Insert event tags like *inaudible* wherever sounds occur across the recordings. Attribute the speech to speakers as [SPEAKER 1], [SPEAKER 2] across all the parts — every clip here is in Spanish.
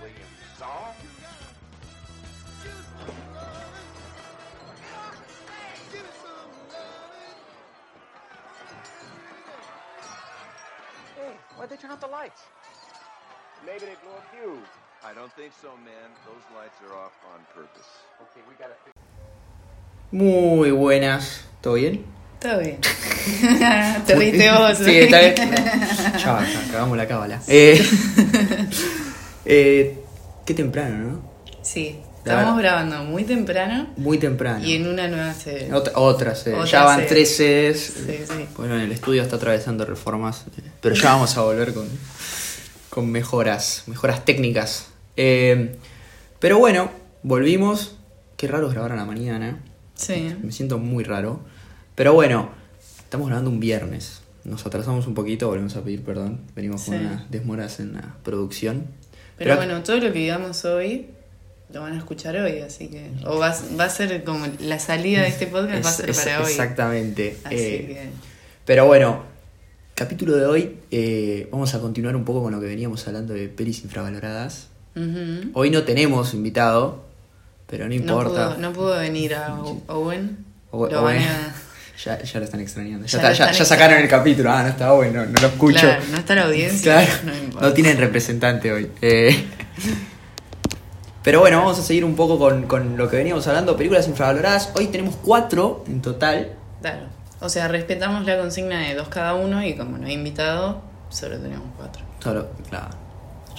[SPEAKER 1] Williams song. Hey, why'd they turn off the lights? Maybe they blew a fuse.
[SPEAKER 2] I don't think so, man. Those lights are off on purpose.
[SPEAKER 1] Okay, we gotta fix
[SPEAKER 3] Muy buenas. ¿Todo bien?
[SPEAKER 4] Todo bien.
[SPEAKER 3] *laughs*
[SPEAKER 4] Te reíste vos. ¿eh?
[SPEAKER 3] Sí, está
[SPEAKER 4] *laughs*
[SPEAKER 3] bien. Ya, ya, cagamos la cábala. Eh, *laughs* eh, qué temprano, ¿no?
[SPEAKER 4] Sí, estamos
[SPEAKER 3] Claro.
[SPEAKER 4] grabando muy temprano
[SPEAKER 3] Muy temprano.
[SPEAKER 4] y en una nueva sede.
[SPEAKER 3] Otra, otra sede.
[SPEAKER 4] Otra
[SPEAKER 3] ya van
[SPEAKER 4] sede.
[SPEAKER 3] tres sedes.
[SPEAKER 4] Sí, sí.
[SPEAKER 3] Bueno, el estudio está atravesando reformas, eh, pero ya vamos a volver con, con mejoras, mejoras técnicas. Eh, pero bueno, volvimos. Qué raro es grabar a la mañana.
[SPEAKER 4] Sí.
[SPEAKER 3] Me siento muy raro. Pero bueno, estamos grabando un viernes. Nos atrasamos un poquito, volvemos a pedir perdón. Venimos con
[SPEAKER 4] Sí.
[SPEAKER 3] unas desmoras en la producción.
[SPEAKER 4] Pero bueno, todo lo que digamos hoy lo van a escuchar hoy, así que. O va, va a ser como la salida de este podcast, va a
[SPEAKER 3] es-
[SPEAKER 4] ser
[SPEAKER 3] es-
[SPEAKER 4] para hoy.
[SPEAKER 3] Exactamente.
[SPEAKER 4] Así
[SPEAKER 3] Eh,
[SPEAKER 4] que.
[SPEAKER 3] Pero bueno, capítulo de hoy, eh, vamos a continuar un poco con lo que veníamos hablando de pelis infravaloradas.
[SPEAKER 4] ujú.
[SPEAKER 3] Hoy no tenemos invitado, pero no
[SPEAKER 4] No,
[SPEAKER 3] importa.
[SPEAKER 4] pudo, no pudo venir a O- Owen.
[SPEAKER 3] O-
[SPEAKER 4] Lo
[SPEAKER 3] Owen.
[SPEAKER 4] van a-
[SPEAKER 3] *laughs* Ya, ya lo están extrañando. Ya,
[SPEAKER 4] Ya lo
[SPEAKER 3] está- ya-
[SPEAKER 4] están
[SPEAKER 3] ya sacaron el capítulo. Ah, no está bueno, no, lo escucho.
[SPEAKER 4] Claro, no está la audiencia.
[SPEAKER 3] Claro,
[SPEAKER 4] No
[SPEAKER 3] no,
[SPEAKER 4] importa.
[SPEAKER 3] tienen representante hoy. Eh, Pero bueno, vamos a seguir un poco con, con lo que veníamos hablando, películas infravaloradas. Hoy tenemos cuatro en total.
[SPEAKER 4] Claro. O sea, respetamos la consigna de dos cada uno y como no hay invitado, solo tenemos cuatro.
[SPEAKER 3] Solo, claro,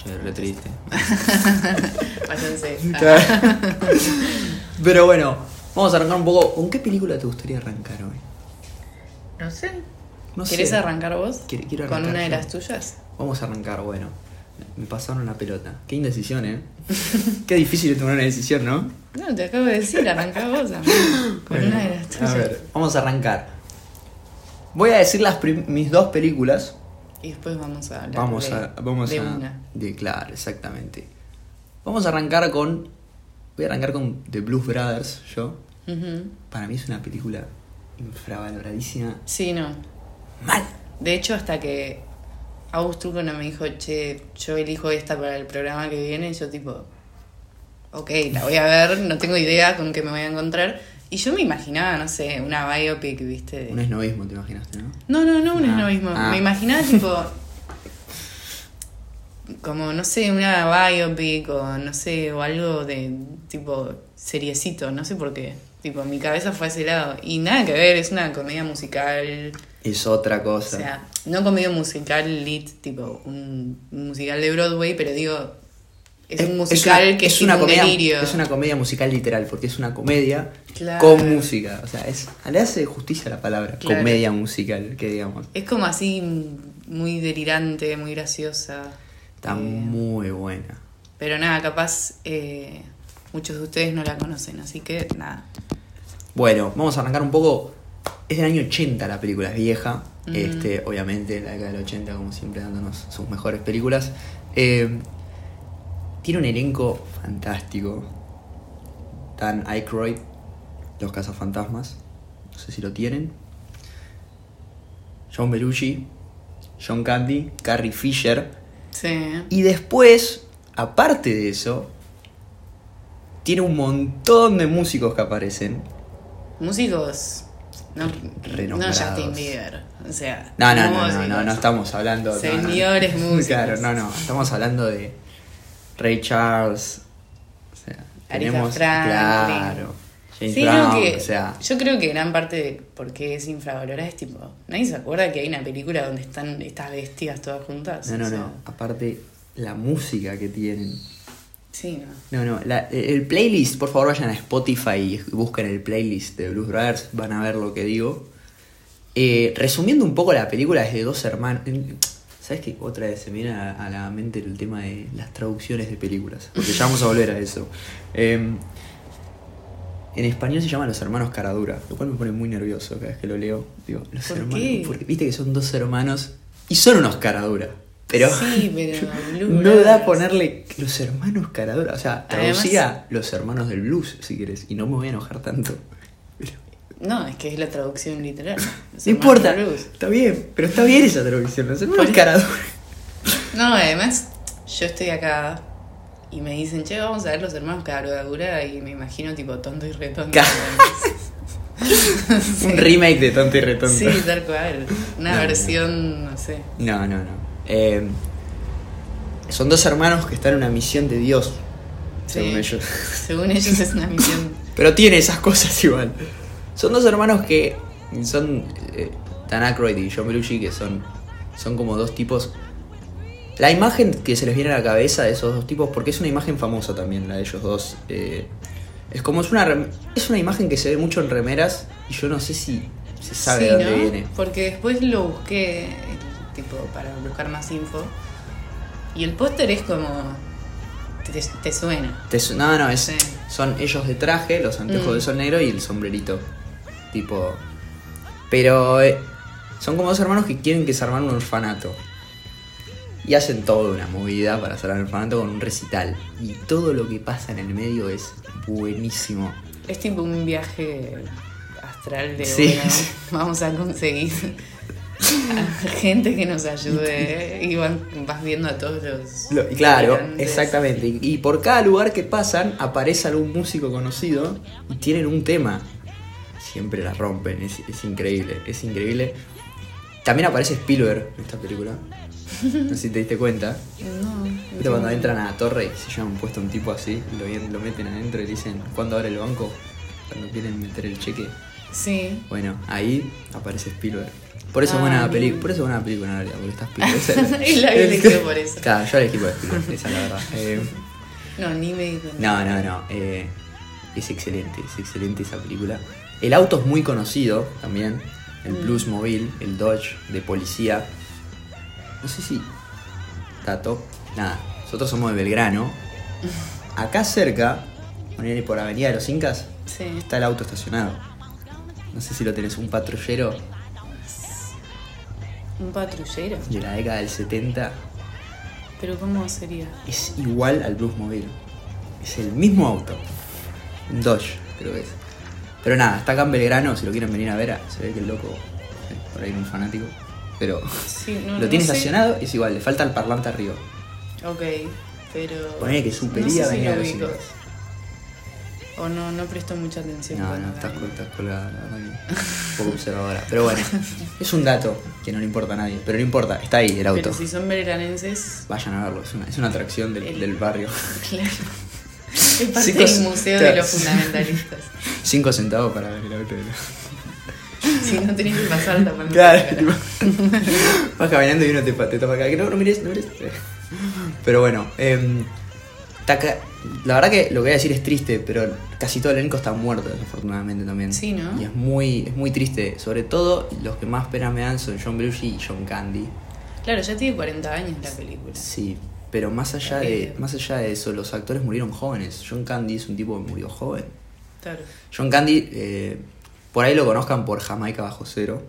[SPEAKER 3] yo re triste.
[SPEAKER 4] Ah. Váyanse. Ah.
[SPEAKER 3] *laughs* Pero bueno, vamos a arrancar un poco. ¿Con qué película te gustaría arrancar hoy?
[SPEAKER 4] No sé.
[SPEAKER 3] No
[SPEAKER 4] ¿Querés
[SPEAKER 3] sé.
[SPEAKER 4] arrancar vos?
[SPEAKER 3] Quiero- quiero
[SPEAKER 4] ¿Con
[SPEAKER 3] arrancar
[SPEAKER 4] una de
[SPEAKER 3] yo.
[SPEAKER 4] las tuyas?
[SPEAKER 3] Vamos a arrancar, bueno. Me pasaron la pelota. Qué indecisión, ¿eh? *laughs* qué difícil es tomar una decisión, ¿no?
[SPEAKER 4] No, te acabo de decir, arrancá vos,
[SPEAKER 3] *laughs*
[SPEAKER 4] amigo. Con
[SPEAKER 3] Bueno,
[SPEAKER 4] una de las tuyas.
[SPEAKER 3] Eh, a ver, vamos a arrancar. Voy a decir las prim- mis dos películas.
[SPEAKER 4] Y después vamos a hablar
[SPEAKER 3] Vamos
[SPEAKER 4] de,
[SPEAKER 3] a. Vamos
[SPEAKER 4] de
[SPEAKER 3] a
[SPEAKER 4] una.
[SPEAKER 3] de- claro, exactamente. Vamos a arrancar con. Voy a arrancar con The Blues Brothers, yo.
[SPEAKER 4] Ujú.
[SPEAKER 3] Para mí es una película infravaloradísima.
[SPEAKER 4] Sí, no.
[SPEAKER 3] ¡Mal!
[SPEAKER 4] De hecho, hasta que Agus Truco no me dijo, che, yo elijo esta para el programa que viene, yo tipo, ok, la voy a ver, no tengo idea con qué me voy a encontrar. Y yo me imaginaba, no sé, una biopic, viste. de-
[SPEAKER 3] Un esnovismo, te imaginaste, ¿no?
[SPEAKER 4] No, no, no, un
[SPEAKER 3] Ah,
[SPEAKER 4] esnovismo.
[SPEAKER 3] ah.
[SPEAKER 4] Me imaginaba tipo. Como, no sé, una biopic o no sé, o algo de tipo seriecito, no sé por qué. Tipo, mi cabeza fue a ese lado. Y nada que ver, es una comedia musical.
[SPEAKER 3] Es otra
[SPEAKER 4] O
[SPEAKER 3] cosa.
[SPEAKER 4] sea, no comedia musical lit, tipo un musical de Broadway, pero digo, es, un musical
[SPEAKER 3] una-
[SPEAKER 4] que es,
[SPEAKER 3] es una
[SPEAKER 4] tipo un
[SPEAKER 3] comedia,
[SPEAKER 4] delirio.
[SPEAKER 3] Es una comedia musical literal, porque es una comedia
[SPEAKER 4] Claro.
[SPEAKER 3] con música. O sea, es, le hace justicia a la palabra.
[SPEAKER 4] Claro.
[SPEAKER 3] Comedia musical, que digamos.
[SPEAKER 4] Es como así muy delirante, muy graciosa.
[SPEAKER 3] Está
[SPEAKER 4] Eh,
[SPEAKER 3] muy buena.
[SPEAKER 4] Pero nada, capaz eh, muchos de ustedes no la conocen, así que nada.
[SPEAKER 3] Bueno, vamos a arrancar un poco. Es del año 80 la película, es vieja. este, obviamente, en la década del 80, como siempre, dándonos sus mejores películas. Eh, tiene un elenco fantástico. Dan Aykroyd, Los Cazafantasmas. No sé si lo tienen. John Belushi, John Candy, Carrie Fisher.
[SPEAKER 4] Sí.
[SPEAKER 3] Y después, aparte de eso, tiene un montón de músicos que aparecen.
[SPEAKER 4] Músicos. No, no
[SPEAKER 3] Renombrados.
[SPEAKER 4] Justin Bieber. O sea.
[SPEAKER 3] No, no, no, no,
[SPEAKER 4] músicos.
[SPEAKER 3] no, no estamos hablando no, no, no.
[SPEAKER 4] Señores
[SPEAKER 3] *laughs*
[SPEAKER 4] músicos.
[SPEAKER 3] Claro, no, no, estamos hablando de Ray Charles. O sea,
[SPEAKER 4] Aretha
[SPEAKER 3] tenemos,
[SPEAKER 4] Franklin.
[SPEAKER 3] claro. James
[SPEAKER 4] Sí,
[SPEAKER 3] Brown,
[SPEAKER 4] creo que,
[SPEAKER 3] o sea,
[SPEAKER 4] yo creo que gran parte de por qué es infravalorada es tipo, nadie se acuerda que hay una película donde están estas bestias todas juntas.
[SPEAKER 3] no, no,
[SPEAKER 4] o sea,
[SPEAKER 3] no, aparte la música que tienen.
[SPEAKER 4] Sí,
[SPEAKER 3] No,
[SPEAKER 4] no.
[SPEAKER 3] no, la- el playlist, por favor vayan a Spotify y busquen el playlist de Blues Brothers, van a ver lo que digo. Eh, resumiendo un poco la película, es de dos hermanos. ¿Sabes qué? Otra vez se me viene a, a la mente el tema de las traducciones de películas, porque ya vamos a volver a eso. Em, en español se llaman los hermanos Caradura, lo cual me pone muy nervioso cada vez que lo leo. Digo, los
[SPEAKER 4] ¿Por
[SPEAKER 3] hermanos,
[SPEAKER 4] qué?
[SPEAKER 3] porque viste que son dos hermanos y son unos Caradura, pero
[SPEAKER 4] Sí, pero.
[SPEAKER 3] *laughs*
[SPEAKER 4] Blue
[SPEAKER 3] no da
[SPEAKER 4] Brothers.
[SPEAKER 3] ponerle los hermanos Caradura. O sea,
[SPEAKER 4] Además-
[SPEAKER 3] traducía los hermanos del blues, si querés. Y no me voy a enojar tanto. Pero-
[SPEAKER 4] No, es que es la traducción literal. Los
[SPEAKER 3] no importa.
[SPEAKER 4] hermanos Blues.
[SPEAKER 3] Está bien, pero está bien
[SPEAKER 4] *laughs*
[SPEAKER 3] esa traducción. Los hermanos
[SPEAKER 4] Por-
[SPEAKER 3] Caradura.
[SPEAKER 4] No, además, yo estoy acá y me dicen, che, vamos a ver los hermanos Carogadura y me imagino tipo tonto y retonto. *laughs*
[SPEAKER 3] Ca- Un remake de Tonto y Retonto.
[SPEAKER 4] sí, tal cual. Una
[SPEAKER 3] No,
[SPEAKER 4] versión, no sé.
[SPEAKER 3] No, no, no. Eh, son dos hermanos que están en una misión de Dios,
[SPEAKER 4] Sí.
[SPEAKER 3] según ellos.
[SPEAKER 4] Según ellos es una misión.
[SPEAKER 3] Pero tiene esas cosas *laughs* igual. Son dos hermanos que son eh, Dan Aykroyd y John Belushi, que son, son como dos tipos. La imagen que se les viene a la cabeza de esos dos tipos, porque es una imagen famosa también, la de ellos dos. eh, es como es una rem- es una imagen que se ve mucho en remeras y yo no sé si se *laughs* sabe
[SPEAKER 4] sí,
[SPEAKER 3] de dónde
[SPEAKER 4] ¿no?
[SPEAKER 3] viene.
[SPEAKER 4] Porque después lo busqué, el tipo, para buscar más info. Y el póster es como. Te, te suena.
[SPEAKER 3] Te su- no, no, es,
[SPEAKER 4] Sí.
[SPEAKER 3] son ellos de traje, los anteojos
[SPEAKER 4] Mm.
[SPEAKER 3] de sol negro y el sombrerito. Tipo. Pero eh, son como dos hermanos que quieren desarmar un orfanato. Y hacen toda una movida para cerrar el orfanato con un recital. Y todo lo que pasa en el medio es buenísimo.
[SPEAKER 4] Es tipo un viaje astral de.
[SPEAKER 3] Sí.
[SPEAKER 4] bueno, vamos a conseguir. a gente que nos ayude ¿eh? y van- vas viendo a todos los
[SPEAKER 3] Lo- y claro,
[SPEAKER 4] integrantes.
[SPEAKER 3] exactamente. Y, y por cada lugar que pasan aparece algún músico conocido y tienen un tema. Siempre la rompen, es, es increíble, es increíble. También aparece Spielberg en esta película. No sé si te diste cuenta.
[SPEAKER 4] no, no
[SPEAKER 3] Viste cuando
[SPEAKER 4] tengo-
[SPEAKER 3] entran a la torre y se llevan puesto un tipo así, lo, vien- lo meten adentro y le dicen, ¿cuándo abre el banco? Cuando quieren meter el cheque.
[SPEAKER 4] sí
[SPEAKER 3] Bueno, ahí aparece Spielberg. Por eso, es
[SPEAKER 4] Ah,
[SPEAKER 3] buena
[SPEAKER 4] bien.
[SPEAKER 3] peli- por eso es buena película en realidad, porque está
[SPEAKER 4] *laughs*
[SPEAKER 3] Spielberg.
[SPEAKER 4] Y la había elegido por eso.
[SPEAKER 3] Claro, yo la elegí por Spielberg, esa es la verdad. Eh,
[SPEAKER 4] no ni me di
[SPEAKER 3] no,
[SPEAKER 4] cuenta
[SPEAKER 3] no, no. eh, es excelente, es excelente esa película. El auto es muy conocido también. El
[SPEAKER 4] Mm.
[SPEAKER 3] Bluesmobile, el Dodge de policía. No sé si. Dato. Nada. Nosotros somos de Belgrano. Acá cerca, ponele por Avenida de los Incas,
[SPEAKER 4] sí
[SPEAKER 3] está el auto estacionado. No sé si lo tenés, un patrullero
[SPEAKER 4] un patrullero
[SPEAKER 3] de la década del 70.
[SPEAKER 4] pero cómo sería
[SPEAKER 3] Es igual al Bluesmobile. Es el mismo auto. Un Dodge, creo que es. Pero nada, está acá en Belgrano, si lo quieren venir a ver, se ve que el loco, eh, por ahí era un fanático, pero
[SPEAKER 4] sí, no,
[SPEAKER 3] *laughs* lo tiene
[SPEAKER 4] no sé.
[SPEAKER 3] estacionado, es igual, le falta el parlante arriba.
[SPEAKER 4] Ok, pero.
[SPEAKER 3] Ponele que su
[SPEAKER 4] no sé
[SPEAKER 3] pelea
[SPEAKER 4] si
[SPEAKER 3] venía
[SPEAKER 4] lo
[SPEAKER 3] de los
[SPEAKER 4] ubico.
[SPEAKER 3] Incas.
[SPEAKER 4] O no, no presto mucha atención.
[SPEAKER 3] No,
[SPEAKER 4] cuando
[SPEAKER 3] no, estás,
[SPEAKER 4] la-
[SPEAKER 3] col- estás colgada, la verdad
[SPEAKER 4] *laughs*
[SPEAKER 3] que un poco observadora. Pero bueno, es un dato que no le importa a nadie, pero no importa, está ahí el auto.
[SPEAKER 4] Pero si son veranenses,
[SPEAKER 3] Vayan a verlo, es una, es una atracción del,
[SPEAKER 4] El-
[SPEAKER 3] del barrio. *laughs*
[SPEAKER 4] claro. Es parte
[SPEAKER 3] Chicos,
[SPEAKER 4] del museo
[SPEAKER 3] claro.
[SPEAKER 4] de los fundamentalistas.
[SPEAKER 3] *laughs* Cinco centavos para ver el auto. de los-
[SPEAKER 4] Si no tenés que pasar tapando la *laughs*
[SPEAKER 3] Claro,
[SPEAKER 4] cara.
[SPEAKER 3] tipo, vas caminando y uno te, pa- te tapa acá. Que no, no mires, no mires. Pero bueno, em, está ca- la verdad que lo que voy a decir es triste, pero casi todo el elenco está muerto, desafortunadamente también.
[SPEAKER 4] Sí, ¿no?
[SPEAKER 3] Y es muy, es muy triste. Sobre todo, los que más pena me dan son John Belushi y John Candy.
[SPEAKER 4] Claro, ya tiene 40 años la película.
[SPEAKER 3] Sí, pero más allá,
[SPEAKER 4] Eh.
[SPEAKER 3] de, más allá de eso, los actores murieron jóvenes. John Candy es un tipo que murió joven.
[SPEAKER 4] Claro.
[SPEAKER 3] John Candy, eh, por ahí lo conozcan por Jamaica Bajo Cero.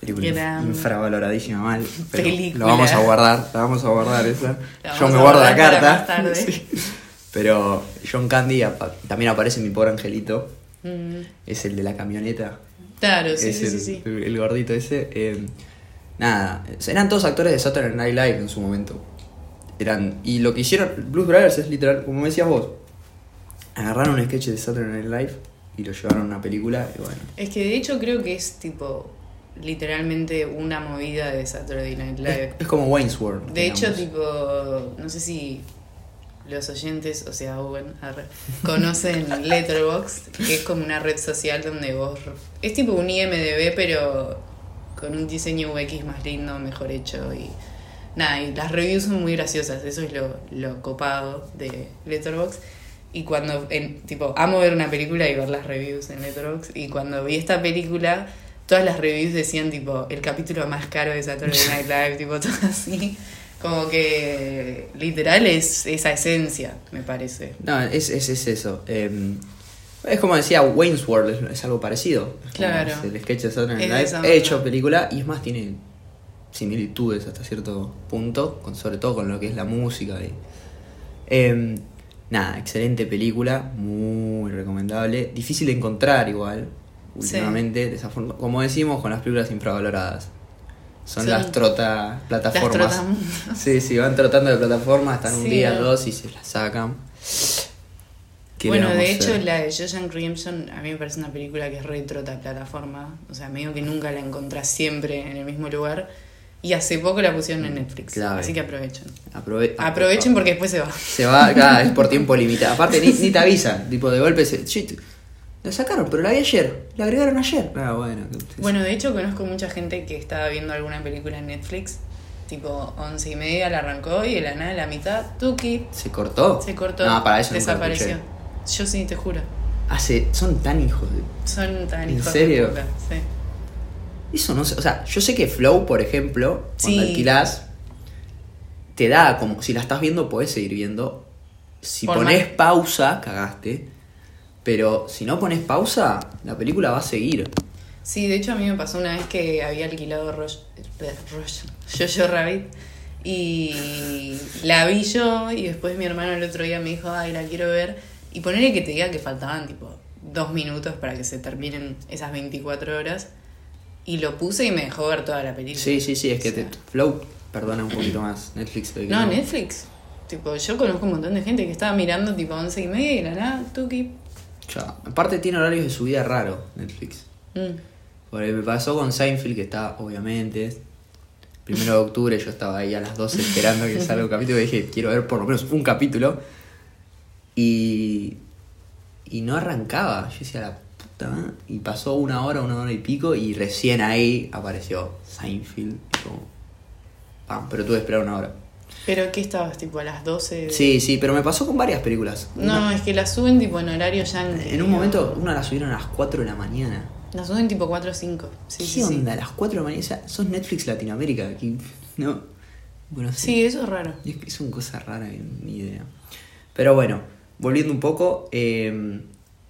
[SPEAKER 3] Película
[SPEAKER 4] Gran-
[SPEAKER 3] infravaloradísima mal. pero
[SPEAKER 4] Película.
[SPEAKER 3] La vamos a guardar, la vamos a guardar esa.
[SPEAKER 4] La
[SPEAKER 3] Yo
[SPEAKER 4] vamos
[SPEAKER 3] me
[SPEAKER 4] a
[SPEAKER 3] guardo la
[SPEAKER 4] guardar para
[SPEAKER 3] carta.
[SPEAKER 4] más tarde.
[SPEAKER 3] *laughs* Sí. Pero John Candy apa- también aparece en mi pobre angelito.
[SPEAKER 4] Mm,
[SPEAKER 3] Es el de la camioneta.
[SPEAKER 4] Claro, sí,
[SPEAKER 3] es
[SPEAKER 4] sí,
[SPEAKER 3] el,
[SPEAKER 4] sí, sí.
[SPEAKER 3] el gordito ese. eh, nada. Eran todos actores de Saturday Night Live en su momento. Eran. Y lo que hicieron. Blues Brothers es literal, como decías vos. Agarraron un sketch de Saturday Night Live y lo llevaron a una película. Y bueno.
[SPEAKER 4] Es que de hecho creo que es tipo literalmente una movida de Saturday Night Live.
[SPEAKER 3] Es, es como Wayne's World.
[SPEAKER 4] De
[SPEAKER 3] digamos.
[SPEAKER 4] hecho, tipo, no sé si los oyentes, o sea, Owen, arre, conocen Letterboxd, que es como una red social donde vos... Es tipo un IMDB, pero con un diseño UX más lindo, mejor hecho y... Nada, y las reviews son muy graciosas, eso es lo, lo copado de Letterboxd. Y cuando, en, tipo, amo ver una película y ver las reviews en Letterboxd. Y cuando vi esta película, todas las reviews decían, tipo, el capítulo más caro
[SPEAKER 3] *laughs*
[SPEAKER 4] de Saturday Night Live, tipo, todo así. Como que literal es esa esencia, me parece.
[SPEAKER 3] No, es, es, es eso. eh, es como decía Wayne's World, es, es algo parecido. Es como
[SPEAKER 4] Claro.
[SPEAKER 3] es el sketch de Saturday
[SPEAKER 4] Es de
[SPEAKER 3] Night Live.
[SPEAKER 4] esa onda.
[SPEAKER 3] He hecho película y es más, tiene similitudes hasta cierto punto, con, sobre todo con lo que es la música. y- Eh, nada, excelente película, muy recomendable. Difícil de encontrar igual,
[SPEAKER 4] Sí.
[SPEAKER 3] últimamente, desafortun- como decimos, con las películas infravaloradas. Son
[SPEAKER 4] Son
[SPEAKER 3] las trota plataformas.
[SPEAKER 4] trotamundos.
[SPEAKER 3] sí, sí, van trotando de plataforma, están un
[SPEAKER 4] Sí.
[SPEAKER 3] día, dos y se las sacan. ¿Qué le
[SPEAKER 4] Bueno,
[SPEAKER 3] vamos a
[SPEAKER 4] de hecho,
[SPEAKER 3] hacer?
[SPEAKER 4] la de Shawshank Redemption a mí me parece una película que es re trota plataforma. O sea, medio que nunca la encontrás siempre en el mismo lugar. Y hace poco la pusieron en Netflix.
[SPEAKER 3] Mm, Clave.
[SPEAKER 4] Así que aprovechen.
[SPEAKER 3] Aprove-
[SPEAKER 4] Aprovechen porque después se va.
[SPEAKER 3] Se va, claro, es por tiempo limitado. Aparte, ni, ni te avisan. Tipo, de golpe se. "Shit, la sacaron, pero la vi ayer. La agregaron ayer. Ah, bueno. que-
[SPEAKER 4] Bueno, de hecho, conozco mucha gente que estaba viendo alguna película en Netflix. Tipo, once y media la arrancó y de la nada, la mitad, tuki,
[SPEAKER 3] ¿Se cortó?
[SPEAKER 4] se cortó.
[SPEAKER 3] No, para eso nunca
[SPEAKER 4] desapareció.
[SPEAKER 3] escuché.
[SPEAKER 4] Yo sí, te juro.
[SPEAKER 3] Hace, son tan hijos de
[SPEAKER 4] Son tan
[SPEAKER 3] ¿En
[SPEAKER 4] hijos de
[SPEAKER 3] serio?
[SPEAKER 4] puta, sí.
[SPEAKER 3] Eso no sé, o sea, yo sé que Flow, por ejemplo,
[SPEAKER 4] Sí.
[SPEAKER 3] cuando alquilás, te da como, si la estás viendo, podés seguir viendo. Si
[SPEAKER 4] Por
[SPEAKER 3] pones
[SPEAKER 4] más-
[SPEAKER 3] pausa, cagaste. Pero si no pones pausa, la película va a seguir.
[SPEAKER 4] Sí, de hecho a mí me pasó una vez que había alquilado Rosh, eh, Rosh- Jojo Rabbit y la vi yo y después mi hermano el otro día me dijo, ay, la quiero ver. Y ponerle que te diga que faltaban tipo dos minutos para que se terminen esas 24 horas. Y lo puse y me dejó ver toda la película.
[SPEAKER 3] Sí, sí, sí, es que
[SPEAKER 4] O sea,
[SPEAKER 3] te- Flow perdona un poquito más. Netflix. te-
[SPEAKER 4] No, Netflix. Tipo, yo conozco un montón de gente que estaba mirando tipo 11 y media y la nada, tuki.
[SPEAKER 3] Ya. Aparte tiene horarios de subida raro, Netflix.
[SPEAKER 4] Mm.
[SPEAKER 3] Porque me pasó con Seinfeld, que está, obviamente, primero de octubre, yo estaba ahí a las 12 esperando que salga un capítulo, y dije, quiero ver por lo menos un capítulo. Y. Y no arrancaba. Yo decía, la puta madre". Y pasó una hora, una hora y pico, y recién ahí apareció Seinfeld. y como, pam, pero tuve que esperar una hora.
[SPEAKER 4] Pero ¿qué estabas? Tipo a las 12. de-
[SPEAKER 3] Sí, sí, pero me pasó con varias películas.
[SPEAKER 4] Eh. No,
[SPEAKER 3] Una-
[SPEAKER 4] es que la suben tipo en horario yankee.
[SPEAKER 3] en un momento, una la subieron a las 4 de la mañana.
[SPEAKER 4] La suben tipo 4 o 5. Sí,
[SPEAKER 3] ¿Qué
[SPEAKER 4] sí, sí.
[SPEAKER 3] onda? A las 4 de la mañana. O sea, sos Netflix Latinoamérica. Aquí, no. Bueno, sí.
[SPEAKER 4] Sí, eso es raro.
[SPEAKER 3] Es que son cosas raras que ni idea. Pero bueno, volviendo un poco. eh,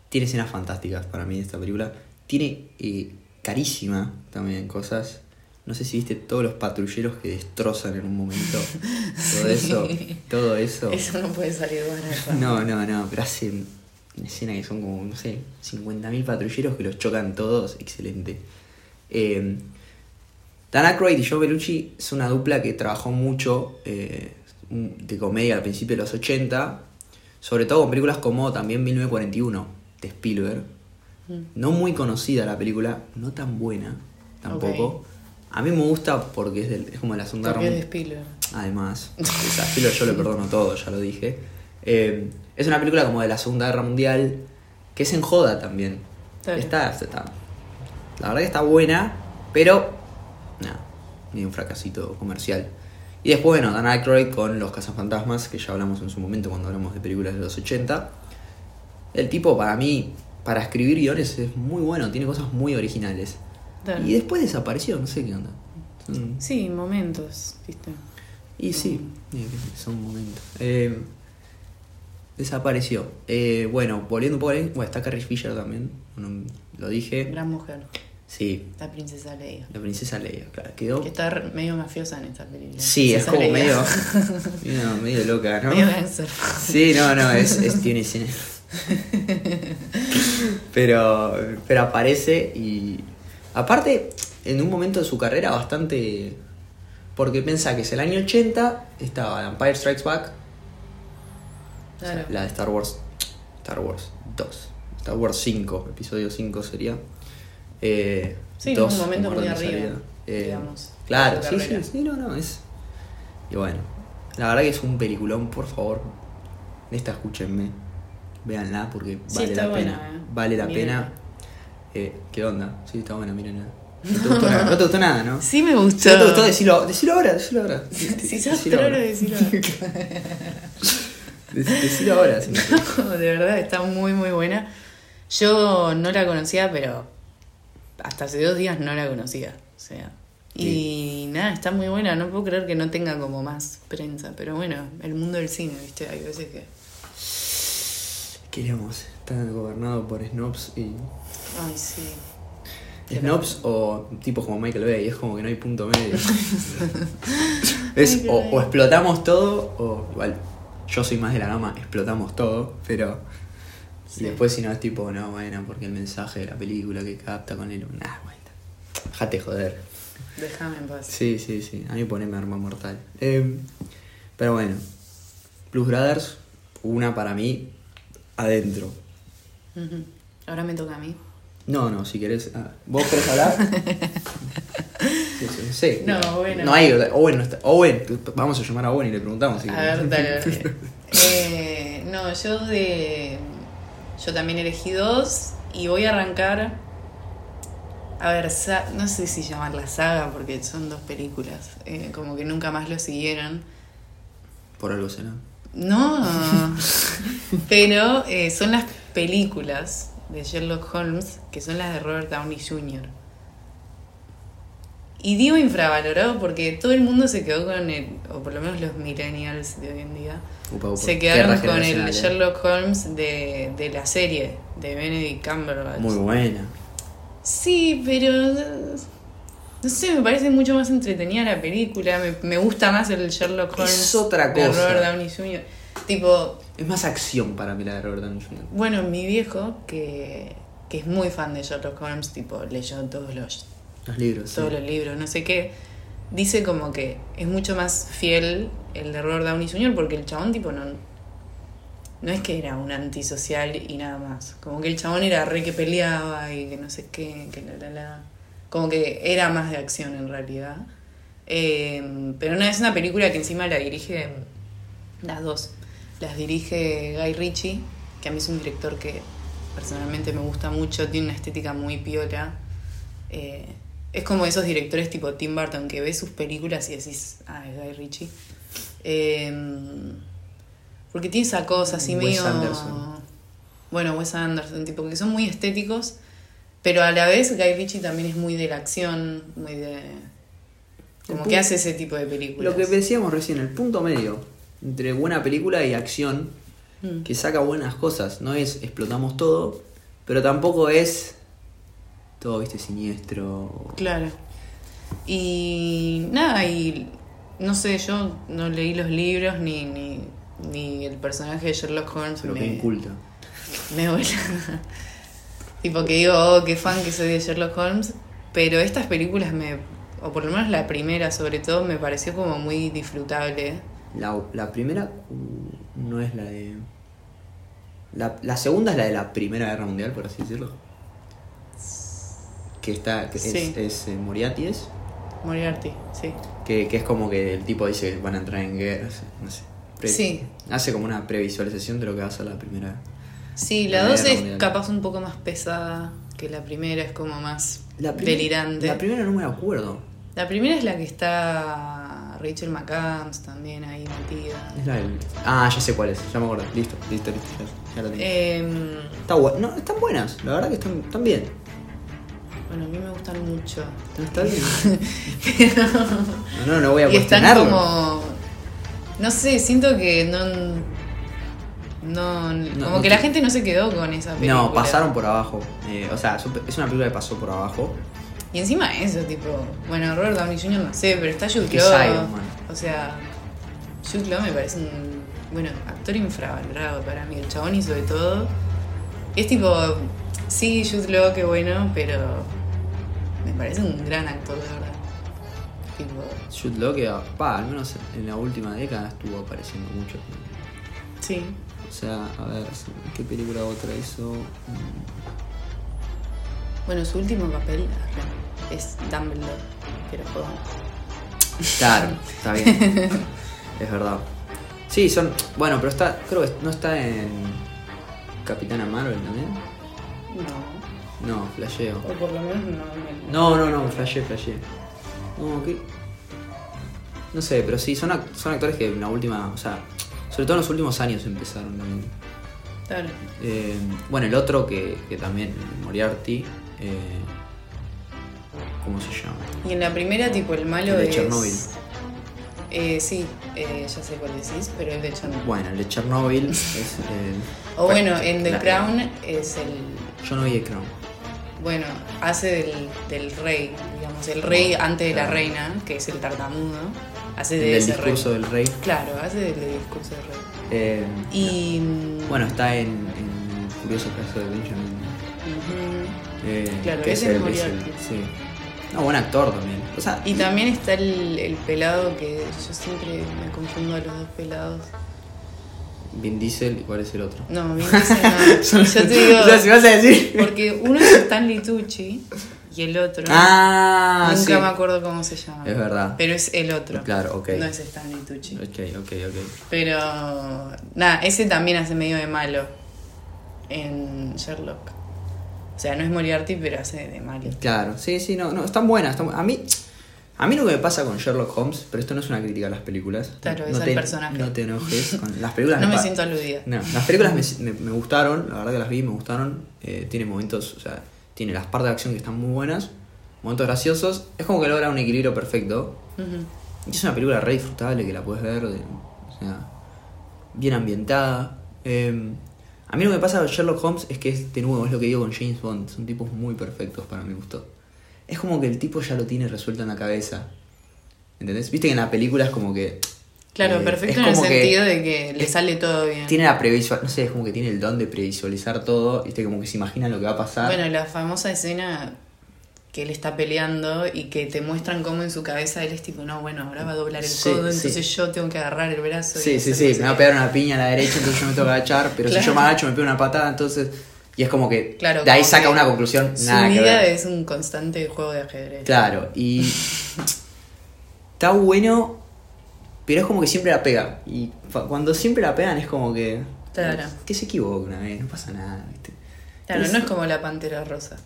[SPEAKER 3] tiene escenas fantásticas para mí esta película. Tiene eh, carísima también cosas. No sé si viste todos los patrulleros que destrozan en un
[SPEAKER 4] *laughs*
[SPEAKER 3] momento. Todo eso. Todo eso.
[SPEAKER 4] Eso no puede salir
[SPEAKER 3] *laughs*
[SPEAKER 4] *laughs* barato.
[SPEAKER 3] No, no, no, pero hacen una escena que son como, no sé, 50.000 patrulleros que los chocan todos. Excelente. Eh, Dan Aykroyd y Joe Bellucci es una dupla que trabajó mucho eh, un- de comedia al principio de los 80, sobre todo con películas como también 1941 de Spielberg.
[SPEAKER 4] Mm.
[SPEAKER 3] No muy conocida la película, no tan buena tampoco.
[SPEAKER 4] Ok.
[SPEAKER 3] A mí me gusta porque es, del- es como la segunda
[SPEAKER 4] Porque es de
[SPEAKER 3] Guerra
[SPEAKER 4] Spielberg.
[SPEAKER 3] Además, desafío yo le perdono todo, ya lo dije. Eh, es una película como de la Segunda Guerra Mundial, que es en joda también.
[SPEAKER 4] Claro.
[SPEAKER 3] Está, está- la verdad que está buena, pero nada, ni un fracasito comercial. Y después, bueno, Dan Aykroyd con Los Cazafantasmas, que ya hablamos en su momento cuando hablamos de películas de los 80. El tipo, para mí, para escribir guiones es muy bueno, tiene cosas muy originales.
[SPEAKER 4] Claro.
[SPEAKER 3] Y después desapareció, no sé qué onda. Mm.
[SPEAKER 4] Sí, momentos, viste.
[SPEAKER 3] Y sí, eh, son momentos. Eh, desapareció. Eh, bueno, volviendo un poco, ahí, bueno, está Carrie Fisher también, no lo dije.
[SPEAKER 4] Gran mujer.
[SPEAKER 3] Sí,
[SPEAKER 4] La princesa Leia.
[SPEAKER 3] la princesa Leia, claro, quedó...
[SPEAKER 4] Que está re- medio mafiosa en esta película.
[SPEAKER 3] Sí, es
[SPEAKER 4] Princesa
[SPEAKER 3] como
[SPEAKER 4] Leia. *laughs*
[SPEAKER 3] medio, medio, medio loca, ¿no?
[SPEAKER 4] medio
[SPEAKER 3] *laughs*
[SPEAKER 4] cáncer.
[SPEAKER 3] Sí, no, no, es, es tiene
[SPEAKER 4] *laughs*
[SPEAKER 3] escena. Pero, pero aparece y. Aparte, en un momento de su carrera bastante. Porque pensá que es el año 80, estaba The Empire Strikes Back, o sea,
[SPEAKER 4] Claro.
[SPEAKER 3] la de Star Wars. Star Wars 2. Star Wars 5, episodio 5 sería. Eh,
[SPEAKER 4] Sí,
[SPEAKER 3] dos,
[SPEAKER 4] en un momento
[SPEAKER 3] como
[SPEAKER 4] muy
[SPEAKER 3] orden de
[SPEAKER 4] arriba,
[SPEAKER 3] salida. Eh,
[SPEAKER 4] digamos,
[SPEAKER 3] Claro,
[SPEAKER 4] de su
[SPEAKER 3] sí, sí,
[SPEAKER 4] carrera.
[SPEAKER 3] sí, no, no, es. Y bueno, la verdad que es un peliculón, por favor. Esta escúchenme. Véanla porque
[SPEAKER 4] Sí,
[SPEAKER 3] vale
[SPEAKER 4] está
[SPEAKER 3] la
[SPEAKER 4] buena,
[SPEAKER 3] pena.
[SPEAKER 4] eh.
[SPEAKER 3] Vale la
[SPEAKER 4] Mírenla.
[SPEAKER 3] pena. Eh, ¿Qué onda? Sí, está buena,
[SPEAKER 4] *laughs*
[SPEAKER 3] miren. No te gustó nada, no te gustó nada, ¿no?
[SPEAKER 4] Sí me gustó.
[SPEAKER 3] Si no te gustó, decilo, decilo ahora, decilo ahora.
[SPEAKER 4] Si sos
[SPEAKER 3] Decilo ahora. *laughs*
[SPEAKER 4] trolo, decilo.
[SPEAKER 3] Dec- Decilo ahora. si no te-
[SPEAKER 4] *laughs* de verdad, está muy, muy buena. Yo no la conocía, pero hasta hace dos días no la conocía. O sea. Y nada, está muy buena. No puedo creer que no tenga como más prensa. Pero bueno, el mundo del cine, ¿viste? Hay veces que.
[SPEAKER 3] Queremos estar gobernado por snobs y.
[SPEAKER 4] Ay, sí.
[SPEAKER 3] Snobs o tipos como Michael Bay, es como que no hay punto
[SPEAKER 4] *laughs*
[SPEAKER 3] medio. es
[SPEAKER 4] Michael
[SPEAKER 3] o,
[SPEAKER 4] Bay.
[SPEAKER 3] o explotamos todo, o igual, yo soy más de la gama, explotamos todo, pero. Y
[SPEAKER 4] Sí.
[SPEAKER 3] después, si no es tipo, no, bueno, porque el mensaje de la película que capta con él. Nah, bueno, déjate joder.
[SPEAKER 4] Déjame en paz.
[SPEAKER 3] Sí, sí, sí. A mí poneme arma mortal. Eh, pero bueno. Blues Brothers, una para mí, adentro.
[SPEAKER 4] Ujú. Ahora me toca a mí.
[SPEAKER 3] No, no, si querés. ah, ¿Vos querés hablar? Sí, sí, no sé.
[SPEAKER 4] No, bueno.
[SPEAKER 3] No hay. Owen no está. Owen, vamos a llamar a Owen y le preguntamos. si
[SPEAKER 4] A
[SPEAKER 3] querés.
[SPEAKER 4] ver, dale. dale. Eh, no, yo de. Yo también elegí dos y voy a arrancar. A ver, sa- no sé si llamarla saga porque son dos películas. eh, como que nunca más lo siguieron.
[SPEAKER 3] *laughs* Por algo será.
[SPEAKER 4] No, pero eh, son las películas de Sherlock Holmes que son las de Robert Downey Jr. Y digo infravalorado porque todo el mundo se quedó con el, o por lo menos los millennials de hoy en día,
[SPEAKER 3] Upa, upa.
[SPEAKER 4] se
[SPEAKER 3] Guerra
[SPEAKER 4] quedaron con el
[SPEAKER 3] generacional, eh.
[SPEAKER 4] Sherlock Holmes de, de la serie, de Benedict Cumberbatch.
[SPEAKER 3] Muy buena.
[SPEAKER 4] Sí, pero. eh, No sé, me parece mucho más entretenida la película. Me, me gusta más el Sherlock Holmes.
[SPEAKER 3] Es otra
[SPEAKER 4] de
[SPEAKER 3] cosa.
[SPEAKER 4] Robert Downey Jr. Tipo,
[SPEAKER 3] Es más acción para mí la de Robert Downey Jr.
[SPEAKER 4] bueno, mi viejo, que, que es muy fan de Sherlock Holmes, tipo, leyó todos los,
[SPEAKER 3] Los libros. sí.
[SPEAKER 4] todos los libros, no sé qué, dice como que es mucho más fiel el de Robert Downey Jr. porque el chabón, tipo, no. No es que era un antisocial y nada más. Como que el chabón era re que peleaba y que no sé qué, que la la la. Como que era más de acción en realidad. Eh, pero no, es una película que encima la dirige. Las dos. Las dirige Guy Ritchie, que a mí es un director que personalmente me gusta mucho, tiene una estética muy piola. Eh, es como esos directores tipo Tim Burton que ves sus películas y decís, ah, es Guy Ritchie. Eh, porque tiene esa cosa así
[SPEAKER 3] Wes
[SPEAKER 4] medio.
[SPEAKER 3] Anderson.
[SPEAKER 4] Bueno, Wes Anderson, tipo, que son muy estéticos, pero a la vez Guy Ritchie también es muy de la acción, muy de. Como
[SPEAKER 3] El
[SPEAKER 4] que
[SPEAKER 3] pu-
[SPEAKER 4] hace ese tipo de películas.
[SPEAKER 3] Lo que decíamos recién, el punto medio entre buena película y acción
[SPEAKER 4] Mm.
[SPEAKER 3] que saca buenas cosas. No es explotamos todo, pero tampoco es todo, viste, siniestro.
[SPEAKER 4] Claro. Y nada, y no sé, yo no leí los libros ni, ni, ni el personaje de Sherlock Holmes
[SPEAKER 3] Pero que
[SPEAKER 4] me,
[SPEAKER 3] inculta.
[SPEAKER 4] me vuela. *laughs* tipo que digo, oh, qué fan que soy de Sherlock Holmes. Pero estas películas me, o por lo menos la primera sobre todo, me pareció como muy disfrutable.
[SPEAKER 3] La, la primera uh, no es la de. La, la segunda es la de la Primera Guerra Mundial, por así decirlo. Que está. que es,
[SPEAKER 4] Sí.
[SPEAKER 3] es, eh, Moriarty, es.
[SPEAKER 4] Moriarty, sí.
[SPEAKER 3] Que, que es como que el tipo dice que van a entrar en guerra. No sé. Pre-
[SPEAKER 4] Sí.
[SPEAKER 3] Hace como una previsualización de lo que va a ser la primera.
[SPEAKER 4] Sí,
[SPEAKER 3] La
[SPEAKER 4] la dos
[SPEAKER 3] Guerra
[SPEAKER 4] es
[SPEAKER 3] Mundial.
[SPEAKER 4] capaz un poco más pesada que la primera, es como más
[SPEAKER 3] La prim-
[SPEAKER 4] delirante.
[SPEAKER 3] La primera no me acuerdo.
[SPEAKER 4] La primera es la que está Rachel McAdams también ahí metida.
[SPEAKER 3] Es la del- Ah, ya sé cuál es, ya me acuerdo. Listo, listo, listo. Ya, ya la tengo.
[SPEAKER 4] Em,
[SPEAKER 3] Está bu- no, están buenas, la verdad que están, están bien.
[SPEAKER 4] bueno, a mí me gustan mucho.
[SPEAKER 3] Están- están bien.
[SPEAKER 4] *laughs* Pero-
[SPEAKER 3] No, no, no voy a
[SPEAKER 4] y están
[SPEAKER 3] cuestionarlo.
[SPEAKER 4] como. No sé, siento que no. No,
[SPEAKER 3] No,
[SPEAKER 4] como
[SPEAKER 3] no
[SPEAKER 4] que la
[SPEAKER 3] te-
[SPEAKER 4] gente no se quedó con esa película.
[SPEAKER 3] No, pasaron por abajo. Eh, o sea, es un- es una película que pasó por abajo.
[SPEAKER 4] Y encima eso, tipo, bueno, Robert Downey Jr. no sé, pero está Jude
[SPEAKER 3] Que
[SPEAKER 4] Law.
[SPEAKER 3] Iron Man.
[SPEAKER 4] O sea, Jude Law me parece un, bueno, actor infravalorado para mí, el chabón hizo de todo. Es tipo, sí, Jude Law, qué bueno, pero me parece un gran actor, de verdad. Tipo,
[SPEAKER 3] Jude Law que, pa, al menos en la última década estuvo apareciendo mucho.
[SPEAKER 4] sí.
[SPEAKER 3] O sea, a ver, ¿qué película otra hizo? Mm,
[SPEAKER 4] Bueno, su último papel es Dumbledore, pero joder.
[SPEAKER 3] Claro, está bien. es verdad. Sí, son. Bueno, pero está. Creo que no está en. Capitana Marvel también.
[SPEAKER 4] No,
[SPEAKER 3] No, flasheo.
[SPEAKER 4] o por lo menos no.
[SPEAKER 3] No, no, no, flashé, flashé. No, ¿qué? No sé, pero sí, son, act- son actores que en la última. O sea, sobre todo en los últimos años empezaron también.
[SPEAKER 4] Claro.
[SPEAKER 3] Eh, bueno, el otro que, que también, Moriarty. eh, ¿Cómo se llama?
[SPEAKER 4] Y en la primera, tipo, el malo
[SPEAKER 3] Ah, El de
[SPEAKER 4] es...
[SPEAKER 3] Chernóbil.
[SPEAKER 4] Eh, sí, eh, ya sé cuál decís, pero el de Chernobyl.
[SPEAKER 3] Bueno, el de
[SPEAKER 4] *laughs*
[SPEAKER 3] Chernobyl es el.
[SPEAKER 4] o bueno, en The
[SPEAKER 3] la-
[SPEAKER 4] Crown es el...
[SPEAKER 3] Yo no vi The Crown.
[SPEAKER 4] Bueno, hace del, del rey, digamos, el rey antes de la
[SPEAKER 3] Claro.
[SPEAKER 4] reina, que es el tartamudo, hace
[SPEAKER 3] El
[SPEAKER 4] de
[SPEAKER 3] del
[SPEAKER 4] ese rey.
[SPEAKER 3] discurso del rey.
[SPEAKER 4] Claro, hace del, del discurso del rey.
[SPEAKER 3] Eh,
[SPEAKER 4] Y... mm,
[SPEAKER 3] Bueno, está en, en el curioso caso de Benjamin.
[SPEAKER 4] ujú,
[SPEAKER 3] eh,
[SPEAKER 4] Claro,
[SPEAKER 3] que
[SPEAKER 4] ese es Moriarty.
[SPEAKER 3] sí. No, buen actor también. O sea,
[SPEAKER 4] Y también está el, el pelado que yo siempre me confundo de los dos pelados.
[SPEAKER 3] Vin Diesel, ¿y cuál es el
[SPEAKER 4] *laughs*
[SPEAKER 3] otro?
[SPEAKER 4] No, Vin
[SPEAKER 3] *laughs*
[SPEAKER 4] Diesel no. Yo te digo,
[SPEAKER 3] O sea, si vas a decir.
[SPEAKER 4] porque uno es Stanley Tucci y el otro.
[SPEAKER 3] Ah,
[SPEAKER 4] nunca
[SPEAKER 3] sí.
[SPEAKER 4] me acuerdo cómo se llama.
[SPEAKER 3] Es verdad.
[SPEAKER 4] Pero es el otro.
[SPEAKER 3] Claro, ok.
[SPEAKER 4] No es Stanley Tucci.
[SPEAKER 3] Ok, ok, ok.
[SPEAKER 4] Pero nada, ese también hace medio de malo en Sherlock. O sea, no es Moriarty, pero hace de malo.
[SPEAKER 3] Claro, sí, sí, no, no, están buenas. están bu- a mí. A mí lo que me pasa con Sherlock Holmes, pero esto no es una crítica a las películas.
[SPEAKER 4] Claro,
[SPEAKER 3] no
[SPEAKER 4] es al
[SPEAKER 3] te,
[SPEAKER 4] personaje.
[SPEAKER 3] No te enojes con las películas.
[SPEAKER 4] *laughs* No me
[SPEAKER 3] pa-
[SPEAKER 4] siento aludida.
[SPEAKER 3] No, las películas me, me- me gustaron, la verdad que las vi, me gustaron. eh, tiene momentos, o sea, tiene las partes de acción que están muy buenas, momentos graciosos. Es como que logra un equilibrio perfecto.
[SPEAKER 4] Ujú.
[SPEAKER 3] Y es una película re disfrutable que la puedes ver, de- o sea, bien ambientada. Eh, a mí lo que me pasa con Sherlock Holmes es que, es, de nuevo, es lo que digo con James Bond, son tipos muy perfectos para mi gusto. Es como que el tipo ya lo tiene resuelto en la cabeza. ¿Entendés? Viste que en la película es como que.
[SPEAKER 4] Claro,
[SPEAKER 3] eh, es
[SPEAKER 4] perfecto en el
[SPEAKER 3] como que-
[SPEAKER 4] sentido de que le
[SPEAKER 3] es-
[SPEAKER 4] sale todo bien.
[SPEAKER 3] tiene la previsual, no sé, es como que tiene el don de previsualizar todo, viste, como que se imagina lo que va a pasar.
[SPEAKER 4] Bueno, la famosa escena que él está peleando y que te muestran cómo en su cabeza él es tipo, no, bueno, ahora va a doblar el
[SPEAKER 3] Sí,
[SPEAKER 4] codo,
[SPEAKER 3] sí.
[SPEAKER 4] entonces yo tengo que agarrar el brazo. y
[SPEAKER 3] sí, sí,
[SPEAKER 4] hacer
[SPEAKER 3] sí,
[SPEAKER 4] no sé
[SPEAKER 3] me va a
[SPEAKER 4] qué".
[SPEAKER 3] pegar una piña a la derecha, entonces yo me tengo que agachar, pero si yo me
[SPEAKER 4] Claro.
[SPEAKER 3] agacho me pego una patada, entonces. Y es como que
[SPEAKER 4] Claro,
[SPEAKER 3] de ahí
[SPEAKER 4] como
[SPEAKER 3] saca
[SPEAKER 4] que
[SPEAKER 3] una conclusión,
[SPEAKER 4] Su
[SPEAKER 3] nada que
[SPEAKER 4] vida
[SPEAKER 3] ver.
[SPEAKER 4] es un constante juego de ajedrez.
[SPEAKER 3] Claro, y. está bueno, pero es como que siempre la pega. Y fa- cuando siempre la pegan es como que.
[SPEAKER 4] Claro.
[SPEAKER 3] Que se equivoca una vez, no pasa nada, viste.
[SPEAKER 4] Claro, no es como la pantera rosa.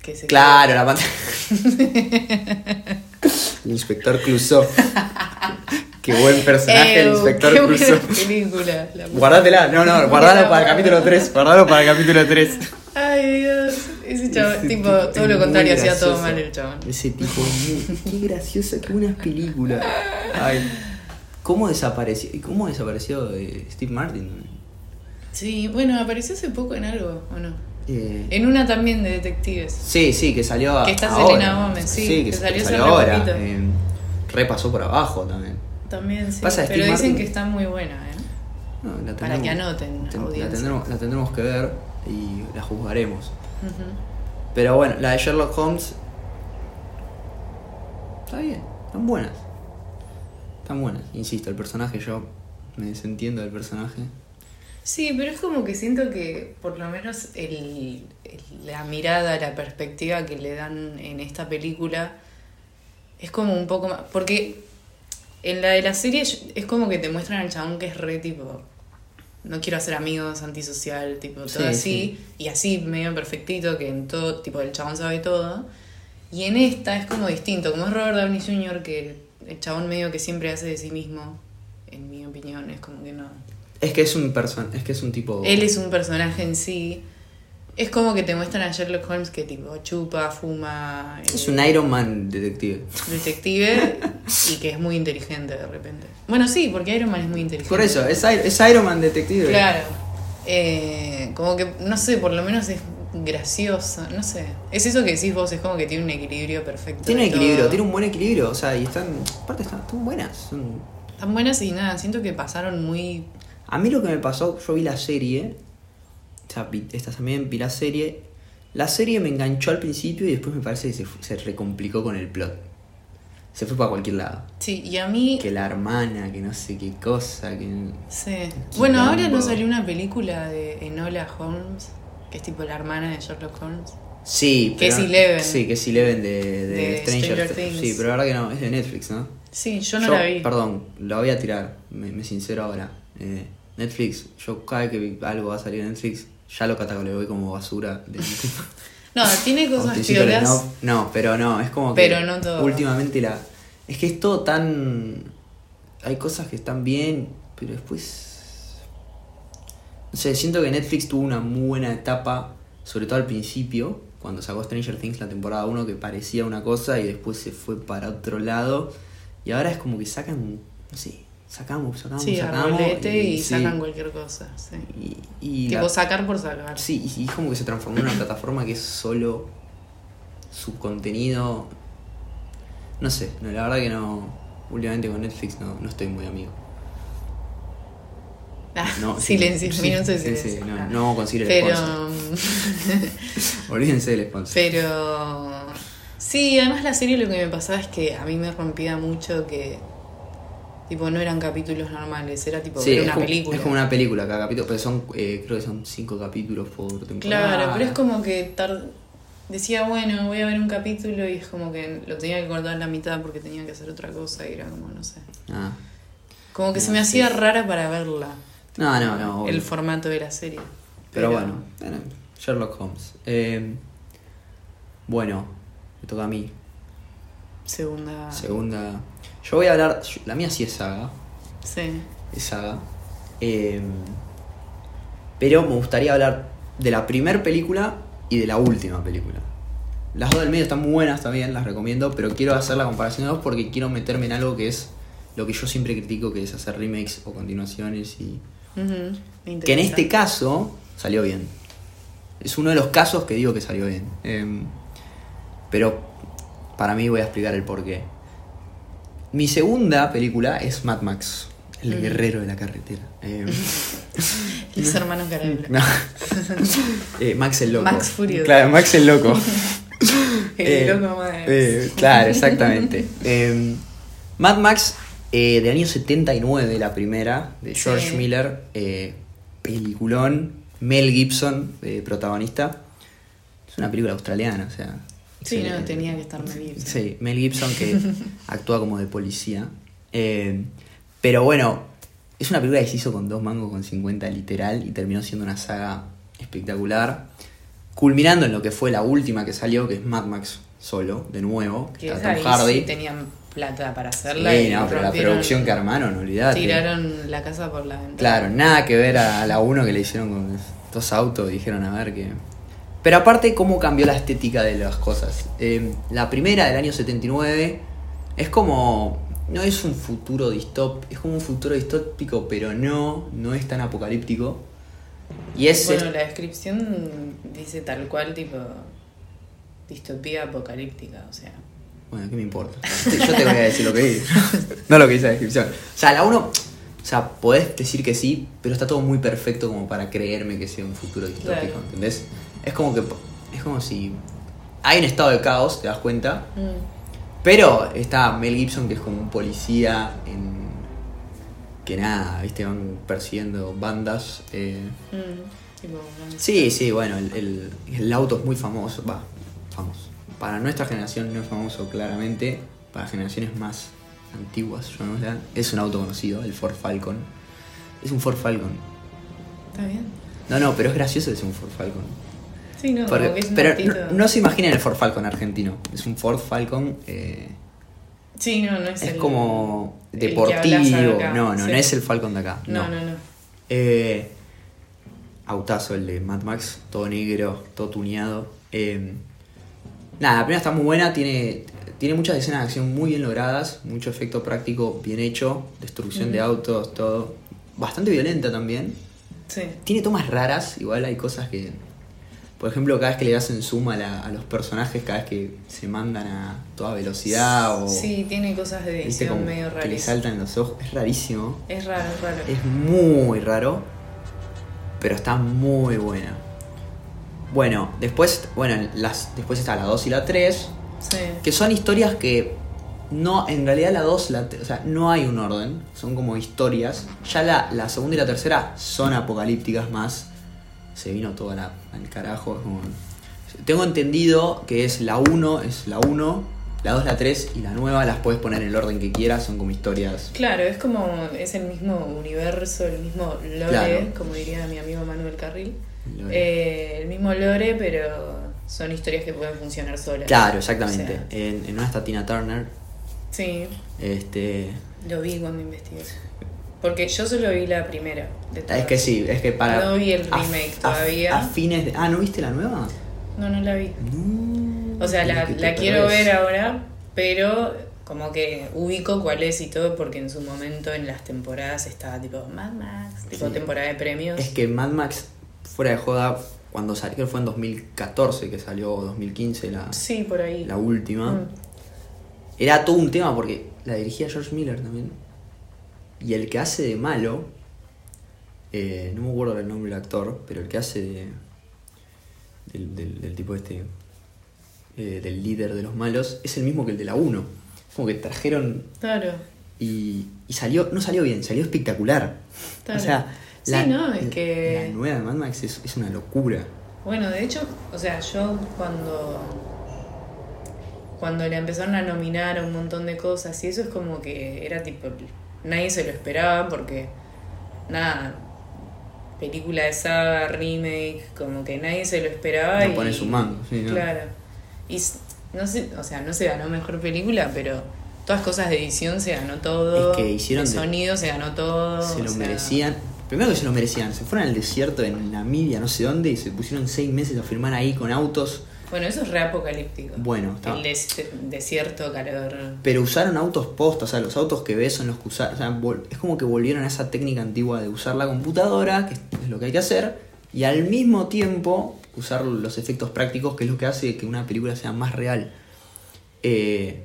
[SPEAKER 4] Que se
[SPEAKER 3] Claro, la pantalla. el inspector Clouseau. qué buen personaje el
[SPEAKER 4] Ew,
[SPEAKER 3] inspector
[SPEAKER 4] qué buena
[SPEAKER 3] Clouseau.
[SPEAKER 4] película. la puta.
[SPEAKER 3] Guardatela, no, no, guardalo para el capítulo 3. Guardalo para el capítulo 3.
[SPEAKER 4] Ay, Dios. Ese chaval,
[SPEAKER 3] Ese
[SPEAKER 4] tipo,
[SPEAKER 3] tipo
[SPEAKER 4] todo
[SPEAKER 3] es
[SPEAKER 4] lo contrario,
[SPEAKER 3] muy
[SPEAKER 4] hacía todo
[SPEAKER 3] gracioso.
[SPEAKER 4] mal el chaval.
[SPEAKER 3] Ese tipo es muy. Qué gracioso, qué buenas películas. Ay. ¿Cómo desapareció? ¿Y cómo desapareció eh, Steve Martin?
[SPEAKER 4] Sí, bueno, apareció hace poco en algo, ¿o no?
[SPEAKER 3] Eh,
[SPEAKER 4] En una también de detectives.
[SPEAKER 3] sí, sí, que salió a-
[SPEAKER 4] Que está
[SPEAKER 3] ahora.
[SPEAKER 4] Selena Gomez, sí,
[SPEAKER 3] que,
[SPEAKER 4] que
[SPEAKER 3] salió,
[SPEAKER 4] salió
[SPEAKER 3] que
[SPEAKER 4] hace
[SPEAKER 3] salió
[SPEAKER 4] re
[SPEAKER 3] ahora.
[SPEAKER 4] poquito.
[SPEAKER 3] Eh, repasó por abajo también.
[SPEAKER 4] También, sí.
[SPEAKER 3] Pasa de
[SPEAKER 4] Pero
[SPEAKER 3] Steve
[SPEAKER 4] dicen
[SPEAKER 3] Martin.
[SPEAKER 4] que está muy buena, ¿eh?
[SPEAKER 3] No, la
[SPEAKER 4] Para
[SPEAKER 3] tendremos-
[SPEAKER 4] que anoten,
[SPEAKER 3] ten- la,
[SPEAKER 4] audiencia.
[SPEAKER 3] tendremos, la tendremos que ver y la juzgaremos.
[SPEAKER 4] Ujú.
[SPEAKER 3] Pero bueno, la de Sherlock Holmes. Está bien, están buenas. Están buenas, insisto, el personaje, yo me desentiendo del personaje.
[SPEAKER 4] Sí, pero es como que siento que por lo menos el, el- la mirada, la perspectiva que le dan en esta película es como un poco más... Porque en la de la serie yo- es como que te muestran al chabón que es re tipo... No quiero hacer amigos, antisocial, tipo, todo
[SPEAKER 3] Sí,
[SPEAKER 4] así.
[SPEAKER 3] sí.
[SPEAKER 4] Y así, medio perfectito, que en todo, tipo, el chabón sabe todo. Y en esta es como distinto, como es Robert Downey Jr., que el, el chabón medio que siempre hace de sí mismo, en mi opinión, es como que no...
[SPEAKER 3] Es que es un person es que es un tipo.
[SPEAKER 4] Él es un personaje en sí. Es como que te muestran a Sherlock Holmes que tipo chupa, fuma, eh,
[SPEAKER 3] es un Iron Man detective.
[SPEAKER 4] detective y que es muy inteligente de repente. Bueno, sí, porque Iron Man es muy inteligente.
[SPEAKER 3] Por eso, es, Iron- es Iron Man detective.
[SPEAKER 4] Claro. Eh, como que, no sé, por lo menos es gracioso, no sé. Es eso que decís vos, es como que tiene un equilibrio perfecto.
[SPEAKER 3] Tiene
[SPEAKER 4] de
[SPEAKER 3] un equilibrio,
[SPEAKER 4] todo.
[SPEAKER 3] tiene un buen equilibrio, o sea, y están. Aparte, están, están buenas. son-
[SPEAKER 4] Están buenas y nada, siento que pasaron muy...
[SPEAKER 3] A mí lo que me pasó, yo vi la serie, o sea, vi- esta también vi la serie. La serie me enganchó al principio y después me parece que se, fu- se recomplicó con el plot. Se fue para cualquier lado.
[SPEAKER 4] Sí, y a mí...
[SPEAKER 3] Que la hermana, que no sé qué cosa, que...
[SPEAKER 4] Sí. Bueno, ahora
[SPEAKER 3] Quilombo.
[SPEAKER 4] no salió una película de Enola Holmes, que es tipo la hermana de Sherlock Holmes.
[SPEAKER 3] Sí,
[SPEAKER 4] Que
[SPEAKER 3] pero-
[SPEAKER 4] es Eleven.
[SPEAKER 3] Sí, que es Eleven de, de
[SPEAKER 4] De
[SPEAKER 3] Stranger,
[SPEAKER 4] Stranger
[SPEAKER 3] Things.
[SPEAKER 4] Things.
[SPEAKER 3] Sí, pero la verdad que no, es de Netflix, ¿no?
[SPEAKER 4] Sí, yo no la vi.
[SPEAKER 3] Perdón, la voy a tirar, me, me sincero ahora. Eh, Netflix, yo cada vez que algo va a salir en Netflix, ya lo voy como basura.
[SPEAKER 4] *laughs*
[SPEAKER 3] de-
[SPEAKER 4] No, tiene cosas
[SPEAKER 3] Autisito
[SPEAKER 4] piolas.
[SPEAKER 3] Lenov. No, pero no, es como que.
[SPEAKER 4] Pero no todo.
[SPEAKER 3] Últimamente la. Es que es todo tan. Hay cosas que están bien, pero después. No sé, siento que Netflix tuvo una muy buena etapa, sobre todo al principio, cuando sacó Stranger Things la temporada 1, que parecía una cosa y después se fue para otro lado. Y ahora es como que sacan. No sé, sacamos, sacamos,
[SPEAKER 4] Sí,
[SPEAKER 3] sacamos.
[SPEAKER 4] arbolete y,
[SPEAKER 3] sí.
[SPEAKER 4] sacan cualquier cosa. Sí.
[SPEAKER 3] Y, y
[SPEAKER 4] Tipo
[SPEAKER 3] la-
[SPEAKER 4] sacar por sacar.
[SPEAKER 3] Sí, y, y como que se transformó en una plataforma que es solo su contenido. No sé, no, la verdad que no. Últimamente con Netflix no, no estoy muy amigo.
[SPEAKER 4] Ah, *laughs*
[SPEAKER 3] No,
[SPEAKER 4] silencio,
[SPEAKER 3] sí,
[SPEAKER 4] minutos de
[SPEAKER 3] sí, sí,
[SPEAKER 4] silencio.
[SPEAKER 3] no,
[SPEAKER 4] Ah.
[SPEAKER 3] no vamos a conseguir el
[SPEAKER 4] pero,
[SPEAKER 3] sponsor. Olvídense del sponsor.
[SPEAKER 4] *laughs* pero Sí, además la serie lo que me pasaba es que a mí me rompía mucho que. Tipo, no eran capítulos normales, era tipo
[SPEAKER 3] Sí,
[SPEAKER 4] era
[SPEAKER 3] es
[SPEAKER 4] una
[SPEAKER 3] como,
[SPEAKER 4] película.
[SPEAKER 3] es como una película cada capítulo, pero son, eh, creo que son cinco capítulos por temporada.
[SPEAKER 4] Claro, pero es como que tar- decía, bueno, voy a ver un capítulo y es como que lo tenía que cortar la mitad porque tenía que hacer otra cosa y era como, no sé.
[SPEAKER 3] Ah.
[SPEAKER 4] Como que se
[SPEAKER 3] No,
[SPEAKER 4] me
[SPEAKER 3] sí.
[SPEAKER 4] hacía rara para verla,
[SPEAKER 3] No, no, no. obvio.
[SPEAKER 4] el formato de la serie.
[SPEAKER 3] Pero bueno, bueno, Sherlock Holmes. Eh, bueno, me toca a mí.
[SPEAKER 4] Segunda.
[SPEAKER 3] Segunda. Yo voy a hablar. yo- La mía sí es saga.
[SPEAKER 4] Sí.
[SPEAKER 3] Es saga. Eh, pero me gustaría hablar de la primer película y de la última película. Las dos del medio están muy buenas también, las recomiendo, pero quiero hacer la comparación de dos porque quiero meterme en algo que es lo que yo siempre critico, que es hacer remakes o continuaciones y
[SPEAKER 4] Ujú,
[SPEAKER 3] que en este
[SPEAKER 4] interesante.
[SPEAKER 3] caso salió bien. Es uno de los casos que digo que salió bien. Em, pero para mí voy a explicar el porqué. Mi segunda película es Mad Max, el guerrero de la carretera.
[SPEAKER 4] *laughs*
[SPEAKER 3] Em,
[SPEAKER 4] Los hermanos Carola.
[SPEAKER 3] *laughs* no. Eh, Max el loco.
[SPEAKER 4] Max Furioso.
[SPEAKER 3] Claro, Max el
[SPEAKER 4] *laughs*
[SPEAKER 3] loco.
[SPEAKER 4] *laughs* El loco Max.
[SPEAKER 3] eh, claro, exactamente. Em, Mad Max eh, del año 79, la primera, de George
[SPEAKER 4] Sí.
[SPEAKER 3] Miller, eh, peliculón, Mel Gibson, eh, protagonista. Es una película australiana, o sea.
[SPEAKER 4] *laughs* Sí, no,
[SPEAKER 3] excelente.
[SPEAKER 4] tenía que estar Mel Gibson.
[SPEAKER 3] Sí, Mel Gibson
[SPEAKER 4] *laughs*
[SPEAKER 3] que actúa como de policía. Eh, pero bueno, es una película que se hizo con dos mangos con 50 literal y terminó siendo una saga espectacular. Culminando en lo que fue la última que salió, que es Mad Max solo, de nuevo. que
[SPEAKER 4] Que
[SPEAKER 3] está
[SPEAKER 4] esa
[SPEAKER 3] Tom
[SPEAKER 4] ahí
[SPEAKER 3] Hardy.
[SPEAKER 4] sí tenían plata para hacerla.
[SPEAKER 3] Sí,
[SPEAKER 4] y
[SPEAKER 3] no, pero la
[SPEAKER 4] rompieron-
[SPEAKER 3] producción que armaron, olvidate.
[SPEAKER 4] Tiraron la casa por la ventana.
[SPEAKER 3] Claro, nada que ver a la 1 que le hicieron con dos autos, dijeron a ver qué. Pero aparte, cómo cambió la estética de las cosas. Eh, la primera del año 79 es como. No es un futuro distópico, es como un futuro distópico, pero no, no es tan apocalíptico. Y es.
[SPEAKER 4] Bueno, la descripción dice tal cual, tipo. Distopía apocalíptica, o sea.
[SPEAKER 3] Bueno, ¿qué me importa? Yo te voy a decir lo que dice. No lo que dice la descripción. O sea, la 1, o sea, podés decir que sí, pero está todo muy perfecto como para creerme que sea un futuro distópico,
[SPEAKER 4] Claro.
[SPEAKER 3] ¿entendés? Es como que es como si hay un estado de caos, te das cuenta,
[SPEAKER 4] Mm,
[SPEAKER 3] pero está Mel Gibson que es como un policía en que nada, ¿viste? Van persiguiendo bandas eh,
[SPEAKER 4] mm, tipo, una-
[SPEAKER 3] Sí, sí, bueno, el, el- el auto es muy famoso, va, famoso. Para nuestra generación no es famoso claramente, para generaciones más antiguas, llamémosla, es un auto conocido, el Ford Falcon. Es un Ford Falcon.
[SPEAKER 4] ¿Está bien?
[SPEAKER 3] No, no, pero es gracioso que sea un Ford Falcon.
[SPEAKER 4] Sí, no,
[SPEAKER 3] Porque-
[SPEAKER 4] como que es un
[SPEAKER 3] pero
[SPEAKER 4] autito.
[SPEAKER 3] no, no se imaginen el Ford Falcon argentino, es un Ford Falcon... eh,
[SPEAKER 4] Sí, no, no es,
[SPEAKER 3] es
[SPEAKER 4] el-
[SPEAKER 3] como
[SPEAKER 4] el que
[SPEAKER 3] deportivo,
[SPEAKER 4] hablas acá,
[SPEAKER 3] no, no,
[SPEAKER 4] sí.
[SPEAKER 3] no es el Falcon de acá.
[SPEAKER 4] No, no, no.
[SPEAKER 3] Eh, autazo el de Mad Max, todo negro, todo tuneado. Eh, nada, la primera está muy buena, tiene, tiene muchas escenas de acción muy bien logradas, mucho efecto práctico bien hecho, destrucción de autos, todo. Bastante violenta también.
[SPEAKER 4] Sí.
[SPEAKER 3] Tiene tomas raras, igual hay cosas que... Por ejemplo, cada vez que le hacen zoom a, la- a los personajes, cada vez que se mandan a toda velocidad o...
[SPEAKER 4] Sí, tiene cosas de
[SPEAKER 3] viste,
[SPEAKER 4] edición
[SPEAKER 3] como
[SPEAKER 4] medio
[SPEAKER 3] que le
[SPEAKER 4] raras.
[SPEAKER 3] saltan los ojos, es rarísimo.
[SPEAKER 4] Es raro, es raro.
[SPEAKER 3] Es muy raro, pero está muy buena. Bueno, después, bueno, las, después está la 2 y la 3,
[SPEAKER 4] Sí.
[SPEAKER 3] que son historias que no, en realidad la 2, la, tre- o sea, no hay un orden, son como historias. Ya la, la segunda y la tercera son apocalípticas más. Se vino toda la, al carajo. es como- Tengo entendido que es la 1, es la 1, la 2, la 3 y la nueva las puedes poner en el orden que quieras, son como historias
[SPEAKER 4] Claro, es como. Es el mismo universo, el mismo lore,
[SPEAKER 3] Claro.
[SPEAKER 4] como diría mi amigo Manuel Carril.
[SPEAKER 3] Lore.
[SPEAKER 4] Eh, el mismo lore, pero son historias que pueden funcionar solas.
[SPEAKER 3] Claro, exactamente.
[SPEAKER 4] O sea,
[SPEAKER 3] en, en una está Tina Turner.
[SPEAKER 4] sí,
[SPEAKER 3] Este.
[SPEAKER 4] lo vi cuando investigué. Porque yo solo vi la primera. De todas.
[SPEAKER 3] Ah, Es que sí, es que para.
[SPEAKER 4] No vi el
[SPEAKER 3] a-
[SPEAKER 4] remake
[SPEAKER 3] a-
[SPEAKER 4] todavía.
[SPEAKER 3] A, fines de. Ah, ¿no viste la nueva?
[SPEAKER 4] No, no la vi.
[SPEAKER 3] No.
[SPEAKER 4] O sea, la,
[SPEAKER 3] Lo que te
[SPEAKER 4] la quiero
[SPEAKER 3] perdés.
[SPEAKER 4] ver ahora, pero como que ubico cuál es y todo, porque en su momento en las temporadas estaba tipo Mad Max, tipo
[SPEAKER 3] Sí.
[SPEAKER 4] temporada de premios.
[SPEAKER 3] Es que Mad Max, fuera de joda, cuando salió, creo que fue en 2014 que salió, o 2015 la,
[SPEAKER 4] Sí, por ahí.
[SPEAKER 3] la última.
[SPEAKER 4] Mm.
[SPEAKER 3] Era todo un tema porque la dirigía George Miller también. Y el que hace de malo, eh, no me acuerdo el nombre del actor, pero el que hace de, del, del- del tipo este eh, del líder de los malos, es el mismo que el de la 1. Es como que trajeron
[SPEAKER 4] Claro.
[SPEAKER 3] y, y salió, no salió bien, salió espectacular.
[SPEAKER 4] Claro.
[SPEAKER 3] O sea,
[SPEAKER 4] Sí, no, es que-
[SPEAKER 3] la nueva de Mad Max es, es una locura.
[SPEAKER 4] Bueno, de hecho, o sea, yo cuando. Cuando le empezaron a nominar a un montón de cosas y eso es como que era tipo. Nadie se lo esperaba porque. Nada. Película de saga, remake, como que nadie se lo esperaba.
[SPEAKER 3] No
[SPEAKER 4] y,
[SPEAKER 3] pones un mango, sí, ¿no?
[SPEAKER 4] Claro. Y s- no sé, o sea, no se ganó mejor película, pero todas cosas de edición se ganó todo.
[SPEAKER 3] Es que hicieron
[SPEAKER 4] de
[SPEAKER 3] de-
[SPEAKER 4] sonido se ganó todo.
[SPEAKER 3] se
[SPEAKER 4] o
[SPEAKER 3] lo
[SPEAKER 4] sea,
[SPEAKER 3] merecían. Primero que se lo merecían, se fueron al desierto en Namibia, no sé dónde, y se pusieron seis meses a firmar ahí con autos.
[SPEAKER 4] Bueno, eso es reapocalíptico.
[SPEAKER 3] Bueno, está.
[SPEAKER 4] El des- desierto, calor.
[SPEAKER 3] Pero usaron autos postos, o sea, los autos que ves son los que usaron. O sea, vol- es como que volvieron a esa técnica antigua de usar la computadora, que es lo que hay que hacer, y al mismo tiempo usar los efectos prácticos, que es lo que hace que una película sea más real. Eh,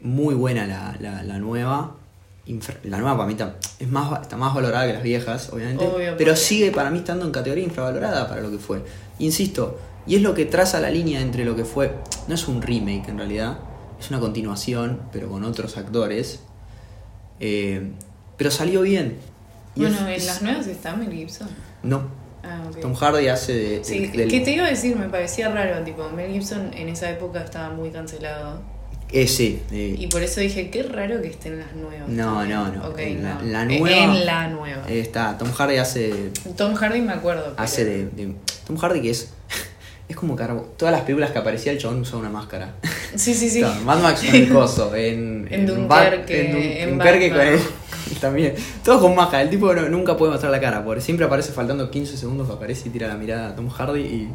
[SPEAKER 3] muy buena la, la- la nueva. Infra- la nueva para mí está, es más, va- está más valorada que las viejas, obviamente.
[SPEAKER 4] Obvio,
[SPEAKER 3] pero
[SPEAKER 4] porque-
[SPEAKER 3] sigue para mí estando en categoría infravalorada para lo que fue. Insisto, y es lo que traza la línea entre lo que fue. No es un remake en realidad, es una continuación, pero con otros actores. Eh, pero salió bien. Y
[SPEAKER 4] Bueno,
[SPEAKER 3] es-
[SPEAKER 4] en las nuevas está Mel Gibson.
[SPEAKER 3] No,
[SPEAKER 4] Ah, ok.
[SPEAKER 3] Tom Hardy hace de.
[SPEAKER 4] Sí,
[SPEAKER 3] del- del-
[SPEAKER 4] que te iba a decir, me parecía raro, tipo, Mel Gibson en esa época estaba muy cancelado.
[SPEAKER 3] Eh, sí, eh,
[SPEAKER 4] Y por eso dije, qué raro que esté en las nuevas.
[SPEAKER 3] No,
[SPEAKER 4] también.
[SPEAKER 3] no, no.
[SPEAKER 4] Ok,
[SPEAKER 3] En la-
[SPEAKER 4] no.
[SPEAKER 3] en la
[SPEAKER 4] Eh,
[SPEAKER 3] nueva-
[SPEAKER 4] En la nueva.
[SPEAKER 3] está. Tom Hardy hace
[SPEAKER 4] Tom Hardy me acuerdo. pero-
[SPEAKER 3] hace de, de- Tom Hardy que es *laughs* es como cargo todas las películas que aparecía el chabón usaba una máscara
[SPEAKER 4] Sí, sí, sí.
[SPEAKER 3] Claro, Mad Max con el coso
[SPEAKER 4] *laughs*
[SPEAKER 3] en,
[SPEAKER 4] En
[SPEAKER 3] Bat-
[SPEAKER 4] Dunkerque,
[SPEAKER 3] en Dun-
[SPEAKER 4] en
[SPEAKER 3] Dunkerque con
[SPEAKER 4] Batman.
[SPEAKER 3] él *laughs* también todos con máscara el tipo no- nunca puede mostrar la cara porque siempre aparece faltando 15 segundos aparece y tira la mirada a Tom Hardy y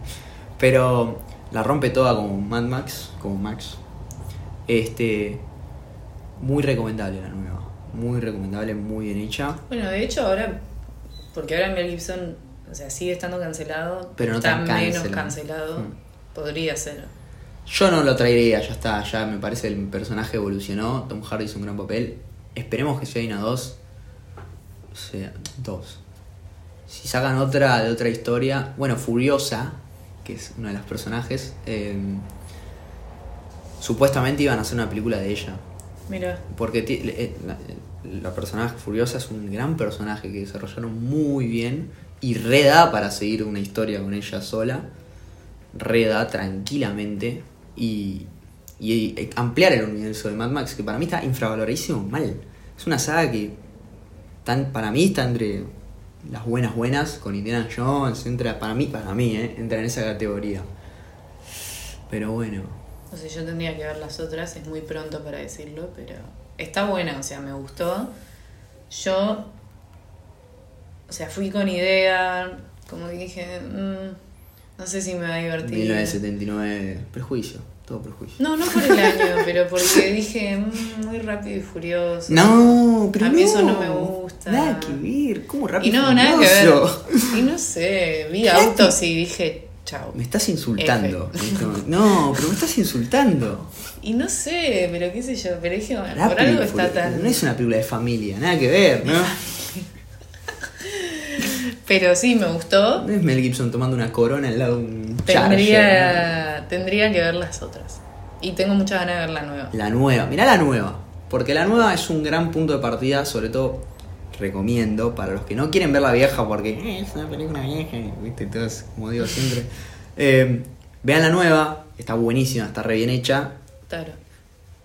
[SPEAKER 3] pero la rompe toda como Mad Max como Max este muy recomendable la nueva muy recomendable muy bien hecha
[SPEAKER 4] Bueno, de hecho ahora, porque ahora Mel Gibson, o sea, sigue estando cancelado,
[SPEAKER 3] Pero no
[SPEAKER 4] está
[SPEAKER 3] tan
[SPEAKER 4] menos
[SPEAKER 3] cancelado.
[SPEAKER 4] cancelado,
[SPEAKER 3] Mm.
[SPEAKER 4] podría ser.
[SPEAKER 3] Yo no lo traería, ya está, ya me parece el personaje evolucionó, Tom Hardy hizo un gran papel. Esperemos que si hay una 2, sea 2. Si sacan otra de otra historia, bueno, Furiosa, que es uno de los personajes, eh, supuestamente iban a hacer una película de ella.
[SPEAKER 4] Mira,
[SPEAKER 3] Porque ti- le- eh, la, la personaje Furiosa es un gran personaje que desarrollaron muy bien y reda para seguir una historia con ella sola. Reda tranquilamente y, y, eh, ampliar el universo de Mad Max, que para mí está infravaloradísimo mal. Es una saga que tan, para mí está entre las buenas buenas con Indiana Jones, entra, para mí, para mí, eh, entra en esa categoría. Pero bueno,
[SPEAKER 4] o sea, yo tendría que ver las otras, es muy pronto para decirlo, pero está buena, o sea, me gustó. Yo, o sea, fui con idea, como que dije, "Mm, no sé si me va a divertir.
[SPEAKER 3] 1979, prejuicio, todo prejuicio.
[SPEAKER 4] No, no por el año, *laughs* pero porque dije, "Mm, muy rápido y furioso.
[SPEAKER 3] No, pero
[SPEAKER 4] A mí
[SPEAKER 3] no.
[SPEAKER 4] eso no me gusta.
[SPEAKER 3] Nada que ver, ¿cómo rápido?
[SPEAKER 4] Y no, nada que ver.
[SPEAKER 3] Furioso?
[SPEAKER 4] Y no sé, vi autos y dije, chao.
[SPEAKER 3] Me estás insultando. *laughs* No, pero me estás insultando.
[SPEAKER 4] Y no sé, pero qué sé yo, pero dije, bueno, por
[SPEAKER 3] Rápido y
[SPEAKER 4] algo está
[SPEAKER 3] Furioso.
[SPEAKER 4] tan...
[SPEAKER 3] No es una película de familia, nada que ver, ¿no?
[SPEAKER 4] Pero sí, me gustó,
[SPEAKER 3] No es Mel Gibson tomando una corona al lado de un Charger,
[SPEAKER 4] tendría, tendría que ver las otras. Y tengo muchas ganas de ver la nueva.
[SPEAKER 3] ¿no? La nueva, mirá la nueva. Porque la nueva es un gran punto de partida, sobre todo recomiendo para los que no quieren ver la vieja porque "Eh, es una película vieja, viste, todos, como digo
[SPEAKER 4] *laughs*
[SPEAKER 3] siempre. Eh, vean la nueva, está buenísima, está re bien hecha.
[SPEAKER 4] Claro.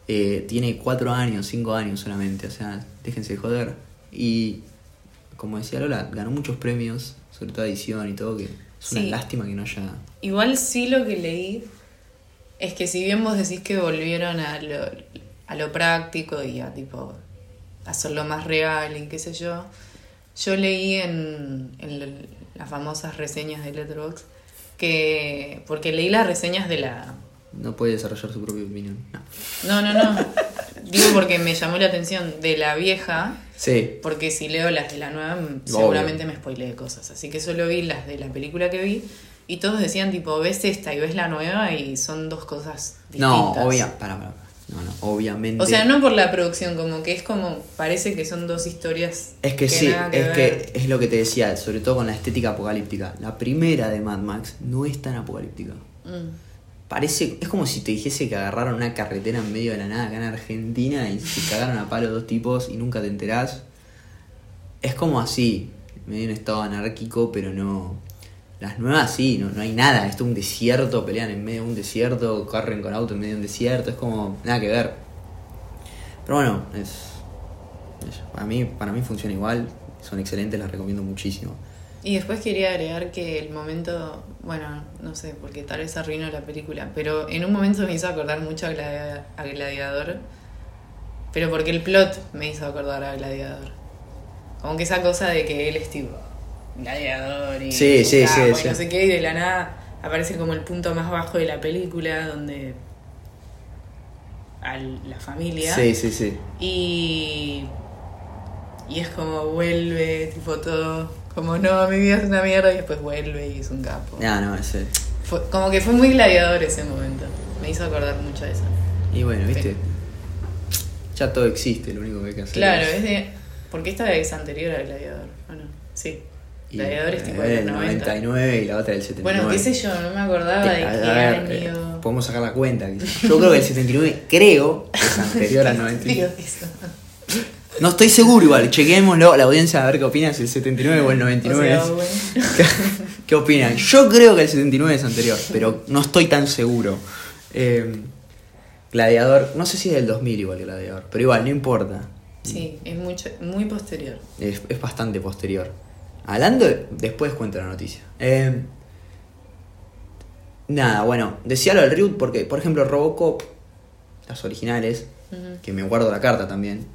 [SPEAKER 3] Eh, tiene 4 años, 5 años solamente, o sea, déjense de joder. Y como decía Lola, ganó muchos premios, sobre todo edición y todo, que es una
[SPEAKER 4] Sí.
[SPEAKER 3] lástima que no haya...
[SPEAKER 4] Igual sí lo que leí es que si bien vos decís que volvieron a lo, a lo práctico y a tipo hacerlo más real y qué sé yo, yo leí en, en l- las famosas reseñas de Letterboxd que porque leí las reseñas de la
[SPEAKER 3] No puede desarrollar su propia opinión. No.
[SPEAKER 4] no no no digo porque me llamó la atención de la vieja
[SPEAKER 3] Sí,
[SPEAKER 4] porque si leo las de la nueva, m- seguramente me spoileé cosas. Así que solo vi las de la película que vi. Y todos decían, tipo, ves esta y ves la nueva y son dos cosas
[SPEAKER 3] no,
[SPEAKER 4] distintas.
[SPEAKER 3] obvia, para, para. No, no, obviamente.
[SPEAKER 4] O sea, no por la producción, como que es como, parece que son dos historias.
[SPEAKER 3] Es que, sí,
[SPEAKER 4] nada
[SPEAKER 3] es
[SPEAKER 4] ver.
[SPEAKER 3] que es lo que te decía, sobre todo con la estética apocalíptica. La primera de Mad Max no es tan apocalíptica.
[SPEAKER 4] Mm.
[SPEAKER 3] Parece, es como si te dijese que agarraron una carretera en medio de la nada acá en Argentina y se cagaron a palo dos tipos y nunca te enterás. Es como así, medio un estado anárquico, pero no. Las nuevas sí, no, no hay nada. Esto es un desierto, pelean en medio de un desierto, corren con auto en medio de un desierto, es como nada que ver. Pero bueno, es. es- para, mí, para mí funciona igual, son excelentes, las recomiendo muchísimo.
[SPEAKER 4] Y después quería agregar que el momento, bueno, no sé, porque tal vez arruino la película, pero en un momento me hizo acordar mucho a, Gladi- a Gladiador, pero porque el plot me hizo acordar a Gladiador. Como que esa cosa de que él es tipo gladiador y,
[SPEAKER 3] Sí, sí,
[SPEAKER 4] capo
[SPEAKER 3] sí,
[SPEAKER 4] y
[SPEAKER 3] sí.
[SPEAKER 4] no sé qué, y de la nada aparece como el punto más bajo de la película donde a la familia
[SPEAKER 3] Sí, sí, sí.
[SPEAKER 4] y. Y es como vuelve, tipo todo. Como no, mi vida es una mierda y después vuelve y es un capo.
[SPEAKER 3] Ah, No, eh, no, ese.
[SPEAKER 4] Fue- como que fue muy gladiador ese momento. Me hizo acordar mucho de eso.
[SPEAKER 3] Y bueno,
[SPEAKER 4] Sí.
[SPEAKER 3] viste. Ya todo existe, lo único que hay que hacer.
[SPEAKER 4] Claro, es de. Porque esta es anterior al gladiador, ¿o no? Sí.
[SPEAKER 3] Y,
[SPEAKER 4] gladiador es tipo
[SPEAKER 3] eh,
[SPEAKER 4] de
[SPEAKER 3] el
[SPEAKER 4] los 90.
[SPEAKER 3] 99 y la otra del 79.
[SPEAKER 4] Bueno, qué sé yo, no me acordaba
[SPEAKER 3] Eh,
[SPEAKER 4] de qué
[SPEAKER 3] a- a ver, eh,
[SPEAKER 4] año.
[SPEAKER 3] podemos sacar la cuenta. quizás. Yo creo que el 79, creo, es
[SPEAKER 4] *laughs*
[SPEAKER 3] anterior al 99.
[SPEAKER 4] *laughs* Digo eso.
[SPEAKER 3] No estoy seguro igual, chequémoslo la audiencia a ver qué opinan si el 79 o el
[SPEAKER 4] O
[SPEAKER 3] 99
[SPEAKER 4] sea,
[SPEAKER 3] es. *laughs*
[SPEAKER 4] bueno.
[SPEAKER 3] ¿Qué opinan? Yo creo que el 79 es anterior, pero no estoy tan seguro. Eh, Gladiador, no sé si es del 2000 igual Gladiador, pero igual, no importa.
[SPEAKER 4] Sí, es mucho, muy posterior.
[SPEAKER 3] Es, es bastante posterior. Hablando, de- después cuento la noticia. Eh, nada, bueno, decía lo del Riot porque, por ejemplo, Robocop, las originales,
[SPEAKER 4] Ujú.
[SPEAKER 3] que me guardo la carta también,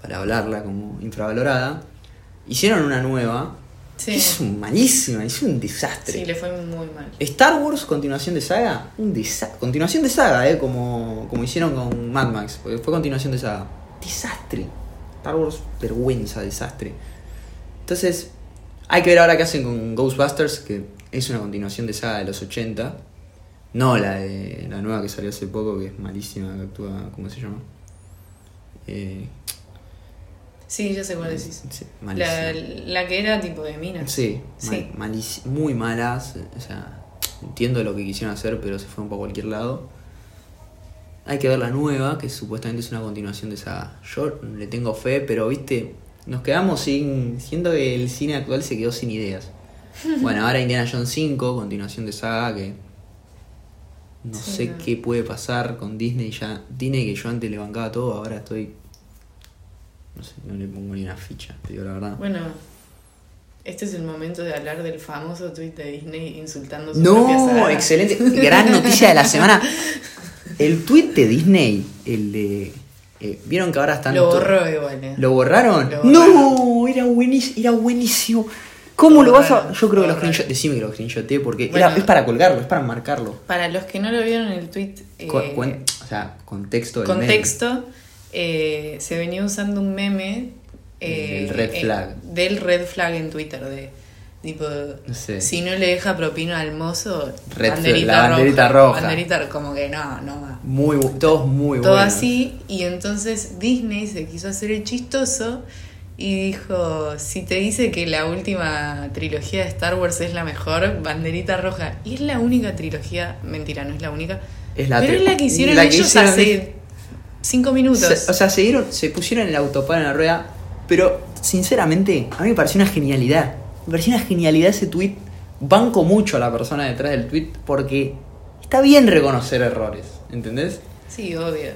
[SPEAKER 3] para hablarla como infravalorada, hicieron una nueva.
[SPEAKER 4] Sí.
[SPEAKER 3] que Es un- malísima, es un desastre.
[SPEAKER 4] Sí, le fue muy mal.
[SPEAKER 3] Star Wars, continuación de saga, un desastre. Continuación de saga, eh, como, como hicieron con Mad Max, porque fue continuación de saga. Desastre. Star Wars, vergüenza, desastre. Entonces, hay que ver ahora qué hacen con Ghostbusters, que es una continuación de saga de los 80. No la de la nueva que salió hace poco, que es malísima, que actúa, ¿cómo se llama? Eh,
[SPEAKER 4] Sí, ya sé cuál decís.
[SPEAKER 3] sí,
[SPEAKER 4] La,
[SPEAKER 3] malísima.
[SPEAKER 4] la que era tipo de mina.
[SPEAKER 3] Sí,
[SPEAKER 4] Sí.
[SPEAKER 3] mal- malís- muy malas. O sea, entiendo lo que quisieron hacer, pero se fueron para cualquier lado. Hay que ver la nueva, que supuestamente es una continuación de esa. Yo le tengo fe, pero viste, nos quedamos sin. Siento que el cine actual se quedó sin
[SPEAKER 4] *laughs*
[SPEAKER 3] ideas. Bueno, ahora Indiana Jones 5, continuación de saga, que. No
[SPEAKER 4] Sí,
[SPEAKER 3] sé
[SPEAKER 4] no.
[SPEAKER 3] qué puede pasar con Disney ya. Disney que yo antes le bancaba todo, ahora estoy. No sé, no le pongo ni una ficha, te digo la verdad.
[SPEAKER 4] Bueno, este es el momento de hablar del famoso tweet de Disney insultando a su propia
[SPEAKER 3] No,
[SPEAKER 4] saga.
[SPEAKER 3] excelente. Gran noticia de la semana. El tweet de Disney, el de. eh, ¿Vieron que ahora están.?
[SPEAKER 4] Lo
[SPEAKER 3] to-
[SPEAKER 4] borró igual. eh.
[SPEAKER 3] ¿Lo borraron?
[SPEAKER 4] Lo
[SPEAKER 3] No, era buenísimo. Era buenísimo. ¿Cómo
[SPEAKER 4] Lo
[SPEAKER 3] lo vas a.?
[SPEAKER 4] borraron,
[SPEAKER 3] Yo creo que
[SPEAKER 4] lo
[SPEAKER 3] lo
[SPEAKER 4] borraron.
[SPEAKER 3] screenshot. Decime que lo screenshoté porque
[SPEAKER 4] Bueno.
[SPEAKER 3] era- es para colgarlo, es para marcarlo.
[SPEAKER 4] Para los que no lo vieron el tweet, eh,
[SPEAKER 3] Co- cuen- o sea, contexto del meme.
[SPEAKER 4] contexto, eh, se venía usando un meme. eh,
[SPEAKER 3] Del red
[SPEAKER 4] eh,
[SPEAKER 3] flag.
[SPEAKER 4] del red flag en Twitter. De tipo,
[SPEAKER 3] No sé.
[SPEAKER 4] si no le deja propina al mozo,
[SPEAKER 3] Red flag, la banderita roja.
[SPEAKER 4] Banderita como que no, no va.
[SPEAKER 3] Muy, bu- todos muy
[SPEAKER 4] todo
[SPEAKER 3] buenos.
[SPEAKER 4] así y entonces Disney se quiso hacer el chistoso y dijo, si te dice que la última trilogía de Star Wars es la mejor, banderita roja, y es la única trilogía, mentira, no es la única,
[SPEAKER 3] Es la
[SPEAKER 4] pero
[SPEAKER 3] tri-
[SPEAKER 4] es la que hicieron
[SPEAKER 3] la que
[SPEAKER 4] ellos
[SPEAKER 3] hicieron-
[SPEAKER 4] hace cinco minutos.
[SPEAKER 3] Se- o sea, se, dieron, se pusieron el autopar en la rueda, pero sinceramente a mí me pareció una genialidad. Me pareció una genialidad ese tweet. Banco mucho a la persona detrás del tweet porque está bien reconocer errores, ¿entendés?
[SPEAKER 4] sí, obvio.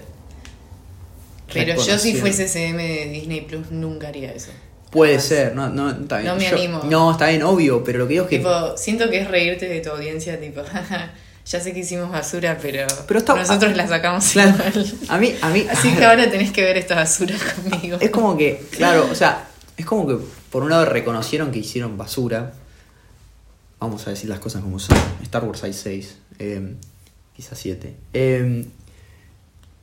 [SPEAKER 4] Pero yo si
[SPEAKER 3] Reconocieron.
[SPEAKER 4] fuese CM de Disney Plus nunca haría eso.
[SPEAKER 3] Puede
[SPEAKER 4] Jamás.
[SPEAKER 3] ser, no, no, está bien.
[SPEAKER 4] No me
[SPEAKER 3] Yo-
[SPEAKER 4] animo.
[SPEAKER 3] No, está bien, obvio, pero lo que digo es que.
[SPEAKER 4] Tipo, siento que es reírte de tu audiencia, tipo, *laughs* "Jaja, ya sé que hicimos basura, pero,
[SPEAKER 3] Pero está-
[SPEAKER 4] nosotros la sacamos
[SPEAKER 3] *laughs* Claro,
[SPEAKER 4] igual".
[SPEAKER 3] a mí, a mí.
[SPEAKER 4] Así que ahora tenés que ver esta basura conmigo.
[SPEAKER 3] Es como que, claro, o sea, es como que por un lado reconocieron que hicieron basura. Vamos a decir las cosas como son. Star Wars hay 6, quizás 7.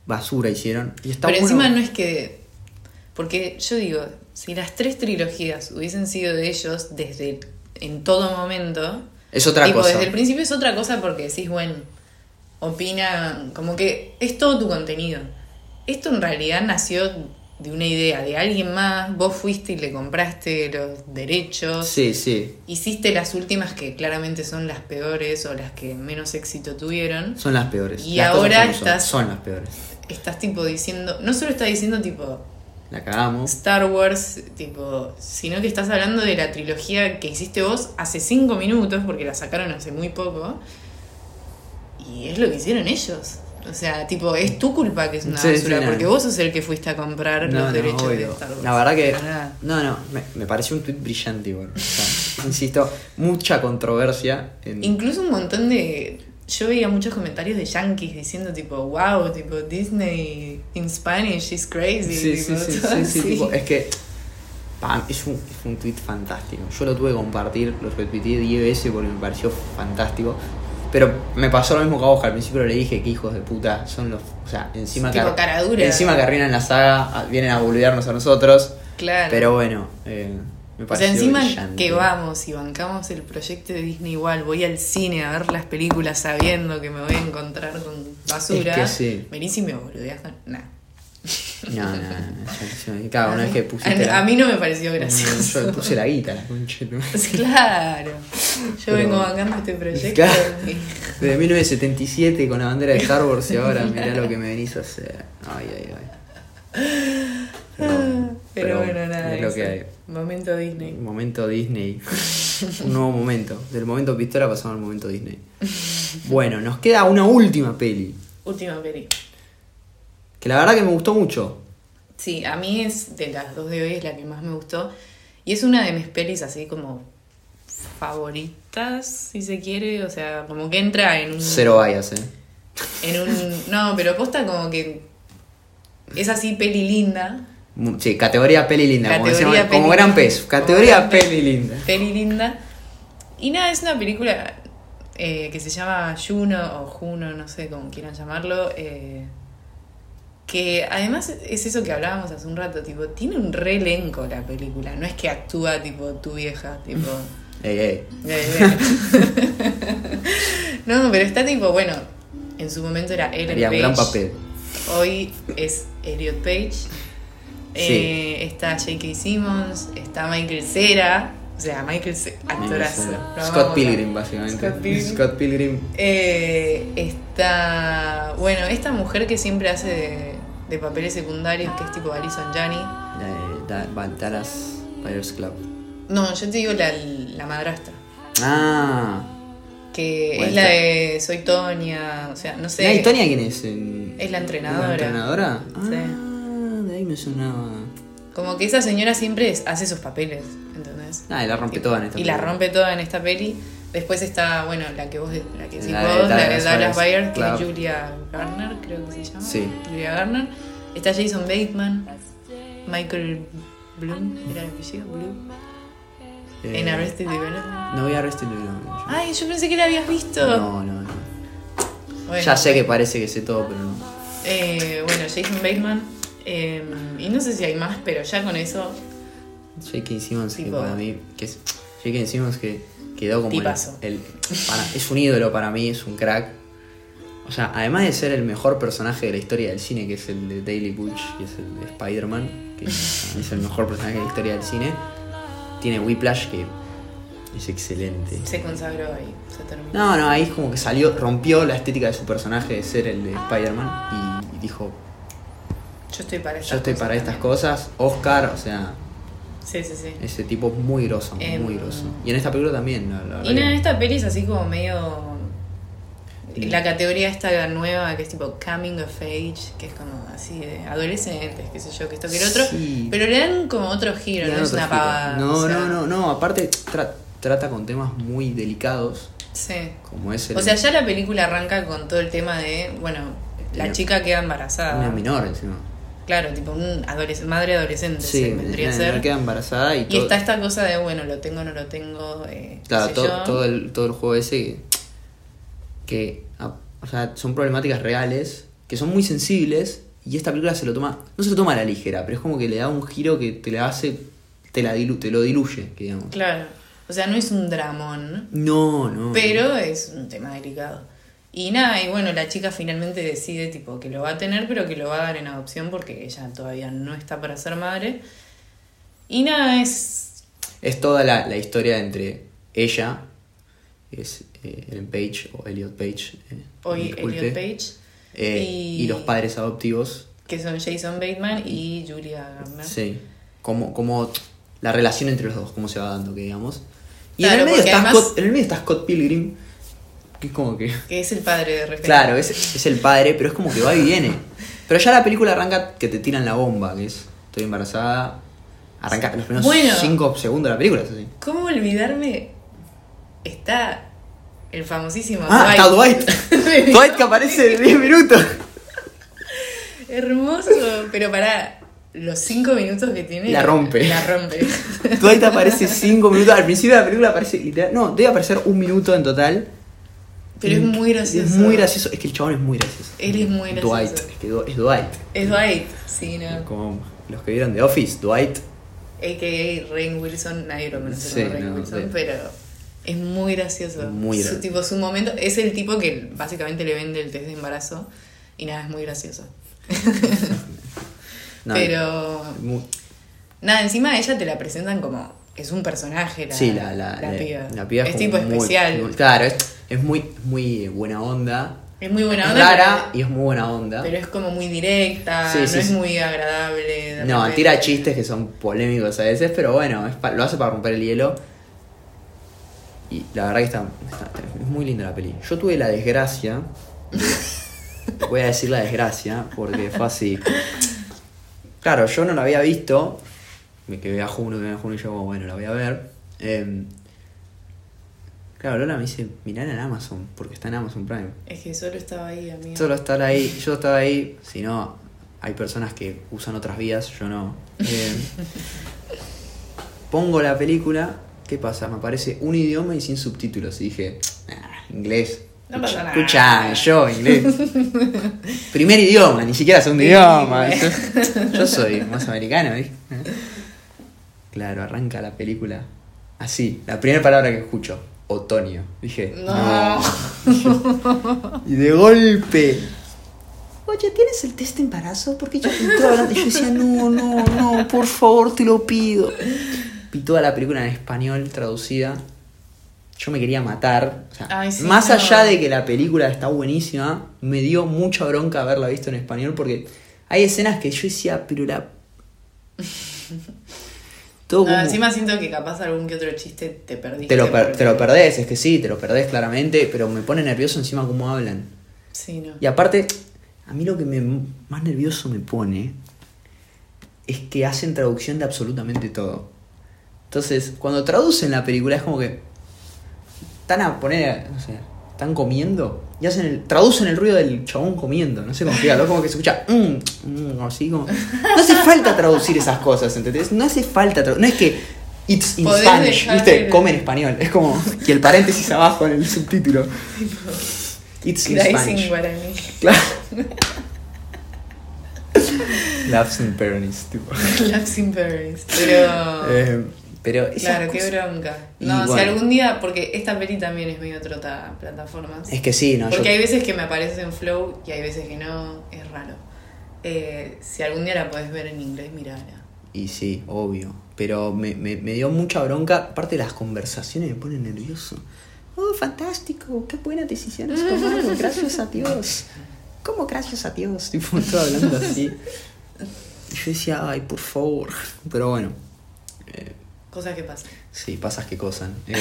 [SPEAKER 3] basura hicieron. Y está
[SPEAKER 4] Pero
[SPEAKER 3] bueno-
[SPEAKER 4] encima no es que. Porque yo digo, si las tres trilogías hubiesen sido de ellos desde en todo momento.
[SPEAKER 3] Es otra
[SPEAKER 4] tipo,
[SPEAKER 3] cosa.
[SPEAKER 4] Desde el principio es otra cosa porque decís, bueno, opina. Como que es todo tu contenido. Esto en realidad nació de una idea de alguien más, vos fuiste y le compraste los derechos,
[SPEAKER 3] Sí, sí.
[SPEAKER 4] hiciste las últimas que claramente son las peores o las que menos éxito tuvieron,
[SPEAKER 3] Son las peores.
[SPEAKER 4] Y
[SPEAKER 3] Las cosas
[SPEAKER 4] ahora
[SPEAKER 3] como son,
[SPEAKER 4] estás-
[SPEAKER 3] Son las peores.
[SPEAKER 4] estás tipo diciendo, no solo estás diciendo tipo
[SPEAKER 3] La cagamos.
[SPEAKER 4] Star Wars, tipo, sino que estás hablando de la trilogía que hiciste vos hace cinco minutos, porque la sacaron hace muy poco, y es lo que hicieron ellos. O sea, tipo, es tu culpa que es una
[SPEAKER 3] Sí, sí,
[SPEAKER 4] basura,
[SPEAKER 3] no.
[SPEAKER 4] porque vos sos el que fuiste a comprar
[SPEAKER 3] No,
[SPEAKER 4] los
[SPEAKER 3] no,
[SPEAKER 4] derechos de
[SPEAKER 3] obvio.
[SPEAKER 4] Star Wars.
[SPEAKER 3] La verdad que.
[SPEAKER 4] Nada.
[SPEAKER 3] No, no, me, me pareció un tuit brillante igual. O sea, insisto, mucha controversia. En...
[SPEAKER 4] Incluso un montón de. Yo veía muchos comentarios de yankees diciendo, tipo, wow, tipo, Disney in Spanish is crazy.
[SPEAKER 3] sí, sí,
[SPEAKER 4] tipo,
[SPEAKER 3] sí,
[SPEAKER 4] todo
[SPEAKER 3] sí, sí,
[SPEAKER 4] así.
[SPEAKER 3] tipo, es que. pam, es un, es un tweet fantástico. Yo lo tuve que compartir, lo retuiteé 10 veces porque me pareció fantástico. Pero me pasó lo mismo que a vos, que al principio le dije que hijos de puta son los. O sea, encima
[SPEAKER 4] Tipo
[SPEAKER 3] ar-
[SPEAKER 4] cara dura.
[SPEAKER 3] Encima que arruinan la saga, a- vienen a boludearnos a nosotros.
[SPEAKER 4] Claro.
[SPEAKER 3] Pero bueno, eh, me
[SPEAKER 4] O sea,
[SPEAKER 3] pareció
[SPEAKER 4] encima
[SPEAKER 3] brillante.
[SPEAKER 4] que vamos y bancamos el proyecto de Disney igual, voy al cine a ver las películas sabiendo que me voy a encontrar con basura.
[SPEAKER 3] Es que sí.
[SPEAKER 4] Venís y me boludeás con. Nah.
[SPEAKER 3] No, no, no. yo- yo- claro, Ah, una vez que
[SPEAKER 4] a,
[SPEAKER 3] pusiste.
[SPEAKER 4] a mí no me pareció gracioso.
[SPEAKER 3] Yo le puse la guita, la concha. ¿no?
[SPEAKER 4] *laughs* Claro. Yo
[SPEAKER 3] Pero-
[SPEAKER 4] vengo bancando este proyecto.
[SPEAKER 3] Claro. *laughs*
[SPEAKER 4] y-
[SPEAKER 3] Desde 1977 con la bandera de Star Wars y ahora mirá lo que me venís a hacer. Ay, ay, ay. No,
[SPEAKER 4] *laughs* *laughs* Pero, bueno, nada.
[SPEAKER 3] Es lo
[SPEAKER 4] eso.
[SPEAKER 3] que hay.
[SPEAKER 4] Momento Disney.
[SPEAKER 3] Momento Disney. Un nuevo momento. Del momento pistola pasamos al momento Disney. Bueno, nos queda una última peli.
[SPEAKER 4] Última peli.
[SPEAKER 3] Que la verdad que me gustó mucho.
[SPEAKER 4] Sí, a mí es de las dos de hoy es la que más me gustó. Y es una de mis pelis así como favoritas, si se quiere. O sea, como que entra en un.
[SPEAKER 3] Cero vallas, eh.
[SPEAKER 4] En un. No, pero posta como que. Es así peli linda.
[SPEAKER 3] Mu- Sí, categoría peli linda. como
[SPEAKER 4] Categoría
[SPEAKER 3] decíamos, como,
[SPEAKER 4] peli
[SPEAKER 3] gran
[SPEAKER 4] linda.
[SPEAKER 3] peso.
[SPEAKER 4] Como
[SPEAKER 3] Categoría
[SPEAKER 4] gran peso.
[SPEAKER 3] peli linda.
[SPEAKER 4] Peli linda. Y nada, es una película eh, que se llama Juno o Juno, no sé cómo quieran llamarlo. eh, que además es eso que hablábamos hace un rato, tipo, tiene un re elenco la película. No es que actúa tipo tu vieja, tipo.
[SPEAKER 3] Ey, ey.
[SPEAKER 4] eh, eh. *laughs* no, pero está tipo, bueno, en su momento era Ellen
[SPEAKER 3] Haría un gran
[SPEAKER 4] Page.
[SPEAKER 3] papel.
[SPEAKER 4] Hoy es Elliot Page. Eh, está J.K. Simmons, está Michael Cera. O sea, Michael Cera, actorazo. lo
[SPEAKER 3] Scott
[SPEAKER 4] amamos.
[SPEAKER 3] Pilgrim, básicamente.
[SPEAKER 4] Scott Pilgrim.
[SPEAKER 3] Scott Pilgrim
[SPEAKER 4] Eh, está. Bueno, esta mujer que siempre hace de, de papeles secundarios, que es tipo Alison Janney.
[SPEAKER 3] Eh, da- va- Dallas Buyers Club.
[SPEAKER 4] No, yo te digo la, la madrastra.
[SPEAKER 3] Ah.
[SPEAKER 4] Que
[SPEAKER 3] Bueno,
[SPEAKER 4] es la
[SPEAKER 3] está.
[SPEAKER 4] de Soy Tonia. O sea, no sé.
[SPEAKER 3] ¿La Tonya quién es? En-
[SPEAKER 4] Es la entrenadora.
[SPEAKER 3] ¿La entrenadora?
[SPEAKER 4] Sí.
[SPEAKER 3] Ah, de ahí me sonaba.
[SPEAKER 4] Como que esa señora siempre es- hace sus papeles, ¿entendés?
[SPEAKER 3] Ah, y la rompe toda en esta
[SPEAKER 4] Y la
[SPEAKER 3] película.
[SPEAKER 4] rompe toda en esta peli. Después está, bueno, la que vos, la que decís
[SPEAKER 3] La de
[SPEAKER 4] vos, la de
[SPEAKER 3] Dallas Buyers
[SPEAKER 4] Dallas Bayer, que es
[SPEAKER 3] Club.
[SPEAKER 4] Julia Garner, creo que se llama.
[SPEAKER 3] Sí.
[SPEAKER 4] Julia Garner. Está Jason Bateman, Michael Bloom, era el apellido, Bloom,
[SPEAKER 3] Eh,
[SPEAKER 4] en Arrested Ah, Development.
[SPEAKER 3] No voy a Arrested Development.
[SPEAKER 4] Ay, yo pensé que la habías visto.
[SPEAKER 3] No, no, no.
[SPEAKER 4] Bueno,
[SPEAKER 3] Ya sé que parece que sé todo, pero no.
[SPEAKER 4] eh, bueno, Jason Bateman. eh, y no sé si hay más, pero ya con eso,
[SPEAKER 3] J.K. Simmons, que
[SPEAKER 4] Tipo-
[SPEAKER 3] para mí. Que es, J.K. Simmons que quedó como. el-
[SPEAKER 4] Tipazo.
[SPEAKER 3] El, para- es un ídolo para mí, es un crack. O sea, además de ser el mejor personaje de la historia del cine, que es el de Daily Butch, que es el de Spider-Man, que para mí es el mejor personaje de la historia del cine, tiene Whiplash, que es excelente.
[SPEAKER 4] se consagró ahí. Se terminó.
[SPEAKER 3] No, no, ahí es como que salió, rompió la estética de su personaje de ser el de Spider-Man y, y dijo:
[SPEAKER 4] Yo estoy para estas
[SPEAKER 3] Yo estoy
[SPEAKER 4] cosas
[SPEAKER 3] para estas
[SPEAKER 4] también.
[SPEAKER 3] cosas, Oscar, o sea,
[SPEAKER 4] Sí, sí, sí.
[SPEAKER 3] ese tipo es muy groso,
[SPEAKER 4] Em.
[SPEAKER 3] muy groso. Y en esta película también, la, la
[SPEAKER 4] Y nada,
[SPEAKER 3] verdad
[SPEAKER 4] esta peli es así como medio. La categoría esta nueva que es tipo Coming of Age, que es como así de adolescentes, qué sé yo, que esto que el otro.
[SPEAKER 3] Sí.
[SPEAKER 4] Pero le dan como otro
[SPEAKER 3] que-
[SPEAKER 4] giro,
[SPEAKER 3] le
[SPEAKER 4] no
[SPEAKER 3] dan
[SPEAKER 4] es
[SPEAKER 3] otro
[SPEAKER 4] una
[SPEAKER 3] giro.
[SPEAKER 4] pavada.
[SPEAKER 3] No,
[SPEAKER 4] o sea,
[SPEAKER 3] no, no, no, aparte tra- trata con temas muy delicados,
[SPEAKER 4] Sí.
[SPEAKER 3] como es el,
[SPEAKER 4] O sea, ya la película arranca con todo el tema de, bueno, la
[SPEAKER 3] Una-
[SPEAKER 4] chica queda
[SPEAKER 3] una
[SPEAKER 4] embarazada.
[SPEAKER 3] menor encima.
[SPEAKER 4] Claro, tipo un adolesc- madre adolescente se
[SPEAKER 3] Sí,
[SPEAKER 4] vendría a
[SPEAKER 3] una
[SPEAKER 4] ser.
[SPEAKER 3] menor queda embarazada y,
[SPEAKER 4] Y
[SPEAKER 3] todo,
[SPEAKER 4] está esta cosa de, bueno, lo tengo, no lo tengo, eh, qué
[SPEAKER 3] claro,
[SPEAKER 4] sé
[SPEAKER 3] todo,
[SPEAKER 4] yo.
[SPEAKER 3] todo el, todo el juego ese que, que, ah, o sea, son problemáticas reales, que son muy sensibles y esta película se lo toma, no se lo toma a la ligera, pero es como que le da un giro que te la hace, te, la dilu- te lo diluye, que digamos.
[SPEAKER 4] Claro. O sea, no es un dramón.
[SPEAKER 3] No, no.
[SPEAKER 4] Pero es un tema delicado. Y nada, y bueno, la chica finalmente decide tipo que lo va a tener, pero que lo va a dar en adopción porque ella todavía no está para ser madre. Y nada, es...
[SPEAKER 3] Es toda la, la historia entre ella, es eh, Ellen Page o Elliot Page. eh,
[SPEAKER 4] Hoy
[SPEAKER 3] disculpe,
[SPEAKER 4] Elliot Page,
[SPEAKER 3] eh,
[SPEAKER 4] y-
[SPEAKER 3] y... los padres adoptivos.
[SPEAKER 4] que son Jason Bateman y Julia Garner.
[SPEAKER 3] Sí. Como, como la relación entre los dos, cómo se va dando, que digamos. Y en,
[SPEAKER 4] Claro,
[SPEAKER 3] el medio
[SPEAKER 4] porque
[SPEAKER 3] está
[SPEAKER 4] además-
[SPEAKER 3] Scott, en el medio está Scott Pilgrim, que es como
[SPEAKER 4] *laughs*
[SPEAKER 3] que...
[SPEAKER 4] Que es el padre de repente.
[SPEAKER 3] Claro, es, es el padre, pero es como que va y viene. Pero ya la película arranca que te tiran la bomba, que es estoy embarazada. Arranca los primeros
[SPEAKER 4] Bueno.
[SPEAKER 3] 5 segundos de la película,
[SPEAKER 4] *laughs*
[SPEAKER 3] es así.
[SPEAKER 4] ¿Cómo olvidarme? Está el famosísimo
[SPEAKER 3] Ah, está
[SPEAKER 4] *laughs*
[SPEAKER 3] Dwight. Dwight que aparece en 10 minutos.
[SPEAKER 4] Hermoso, pero para los cinco minutos que tiene.
[SPEAKER 3] La rompe.
[SPEAKER 4] La
[SPEAKER 3] *laughs*
[SPEAKER 4] rompe.
[SPEAKER 3] Dwight aparece 5 minutos. Al principio de la película aparece literal. No, debe aparecer un minuto en total.
[SPEAKER 4] Pero es muy gracioso.
[SPEAKER 3] Es muy gracioso. Es que el chabón es muy gracioso.
[SPEAKER 4] Él es muy gracioso.
[SPEAKER 3] Dwight, es que Du- es Dwight.
[SPEAKER 4] Es Dwight, sí, no.
[SPEAKER 3] Como los que vieron The Office, Dwight.
[SPEAKER 4] AKA Rain Wilson, nadie lo conoce
[SPEAKER 3] Sí,
[SPEAKER 4] como Rain
[SPEAKER 3] no,
[SPEAKER 4] Wilson,
[SPEAKER 3] sí.
[SPEAKER 4] pero es muy gracioso.
[SPEAKER 3] Muy
[SPEAKER 4] su,
[SPEAKER 3] gracioso.
[SPEAKER 4] tipo, su momento. Es el tipo que básicamente le vende el test de embarazo y nada, es muy gracioso.
[SPEAKER 3] No,
[SPEAKER 4] pero.
[SPEAKER 3] mu-
[SPEAKER 4] Nada, encima a ella te la presentan como. Es un personaje, la,
[SPEAKER 3] sí, la, la, la-
[SPEAKER 4] piba.
[SPEAKER 3] la piba
[SPEAKER 4] es
[SPEAKER 3] como
[SPEAKER 4] tipo
[SPEAKER 3] muy-
[SPEAKER 4] especial.
[SPEAKER 3] muy- claro, es, es muy, muy buena onda.
[SPEAKER 4] es muy buena
[SPEAKER 3] es
[SPEAKER 4] onda.
[SPEAKER 3] rara
[SPEAKER 4] pero-
[SPEAKER 3] y es muy buena onda.
[SPEAKER 4] Pero es como muy directa,
[SPEAKER 3] ¿Ah? Sí,
[SPEAKER 4] no
[SPEAKER 3] sí,
[SPEAKER 4] es
[SPEAKER 3] sí.
[SPEAKER 4] muy agradable. de
[SPEAKER 3] No,
[SPEAKER 4] repente.
[SPEAKER 3] tira chistes que son polémicos a veces, pero bueno, es pa- lo hace para romper el hielo. Y la verdad que está, está- es muy linda la peli. Yo tuve la
[SPEAKER 4] *laughs*
[SPEAKER 3] desgracia, voy a decir la desgracia, porque fue así. Claro, yo no la había visto, me quedé a Juno, quedé a Juno y yo, "Oh, bueno, la voy a ver. Em, claro, Lola me dice, mirá en Amazon, porque está en Amazon Prime.
[SPEAKER 4] Es que solo estaba ahí, amiga.
[SPEAKER 3] Solo estar ahí, yo estaba ahí, si no, hay personas que usan otras vías, yo no. Eh, pongo la película, ¿qué pasa? Me aparece un idioma y sin subtítulos. Y dije, "Ah, inglés.
[SPEAKER 4] No pasa nada.
[SPEAKER 3] Escucha, yo, inglés. Primer idioma, ni siquiera segundo idioma.
[SPEAKER 4] Sí,
[SPEAKER 3] *laughs* Yo, yo soy más americano, ¿viste? Claro, arranca la película. Así, la primera palabra que escucho, otoño. Dije,
[SPEAKER 4] No.
[SPEAKER 3] y de golpe. Oye, ¿tienes el test de embarazo? Porque yo entraba hablando y yo decía, no, no, no, por favor, te lo pido. Vi toda la película en español traducida. Yo me quería matar. O sea,
[SPEAKER 4] Ay, sí,
[SPEAKER 3] más
[SPEAKER 4] no.
[SPEAKER 3] allá de que la película está buenísima, me dio mucha bronca haberla visto en español porque hay escenas que yo decía, pero *laughs* la. Todo *laughs*
[SPEAKER 4] No,
[SPEAKER 3] como-
[SPEAKER 4] encima siento que capaz algún que otro chiste te perdiste.
[SPEAKER 3] te, lo per-
[SPEAKER 4] porque-
[SPEAKER 3] te lo perdés, es que sí, te lo perdés claramente, pero me pone nervioso encima cómo hablan.
[SPEAKER 4] Sí, no.
[SPEAKER 3] Y aparte, a mí lo que me, más nervioso me pone es que hacen traducción de absolutamente todo. Entonces, cuando traducen la película es como que están a poner, no sé, están comiendo y hacen el, traducen el ruido del chabón comiendo, no sé cómo explicarlo, como que se escucha mm, mm, así como no hace falta traducir esas cosas, ¿entendés? No hace falta, tradu- no es que it's in
[SPEAKER 4] Podés
[SPEAKER 3] Spanish,
[SPEAKER 4] dejar
[SPEAKER 3] ¿viste?
[SPEAKER 4] el-
[SPEAKER 3] Come en español, es como y el paréntesis abajo en el subtítulo. It's in
[SPEAKER 4] Cries in
[SPEAKER 3] Spanish.
[SPEAKER 4] guaraní. *laughs*
[SPEAKER 3] *laughs* Claro. Laughs in Pyrenees, tipo.
[SPEAKER 4] Laughs in Paris. Pero.
[SPEAKER 3] Eh, pero esas
[SPEAKER 4] claro, qué
[SPEAKER 3] cosas-
[SPEAKER 4] bronca.
[SPEAKER 3] Y
[SPEAKER 4] No, si
[SPEAKER 3] bueno.
[SPEAKER 4] algún día. Porque esta peli también es medio trota plataformas.
[SPEAKER 3] Es que sí, no,
[SPEAKER 4] porque
[SPEAKER 3] yo-
[SPEAKER 4] hay veces que me aparece en Flow y hay veces que no. Es raro. Eh, si algún día la podés ver en inglés, mirala.
[SPEAKER 3] Y sí, obvio. Pero me, me- me dio mucha bronca. Aparte, las conversaciones me ponen nervioso. Oh, fantástico, qué buena decisión has
[SPEAKER 4] *laughs*
[SPEAKER 3] tomado, gracias a Dios. ¿Cómo gracias a Dios? Tipo, todo hablando
[SPEAKER 4] *laughs*
[SPEAKER 3] así. Y yo decía, ay, por favor. Pero bueno,
[SPEAKER 4] Cosas que pasan.
[SPEAKER 3] Sí, pasas que cosan. Eh,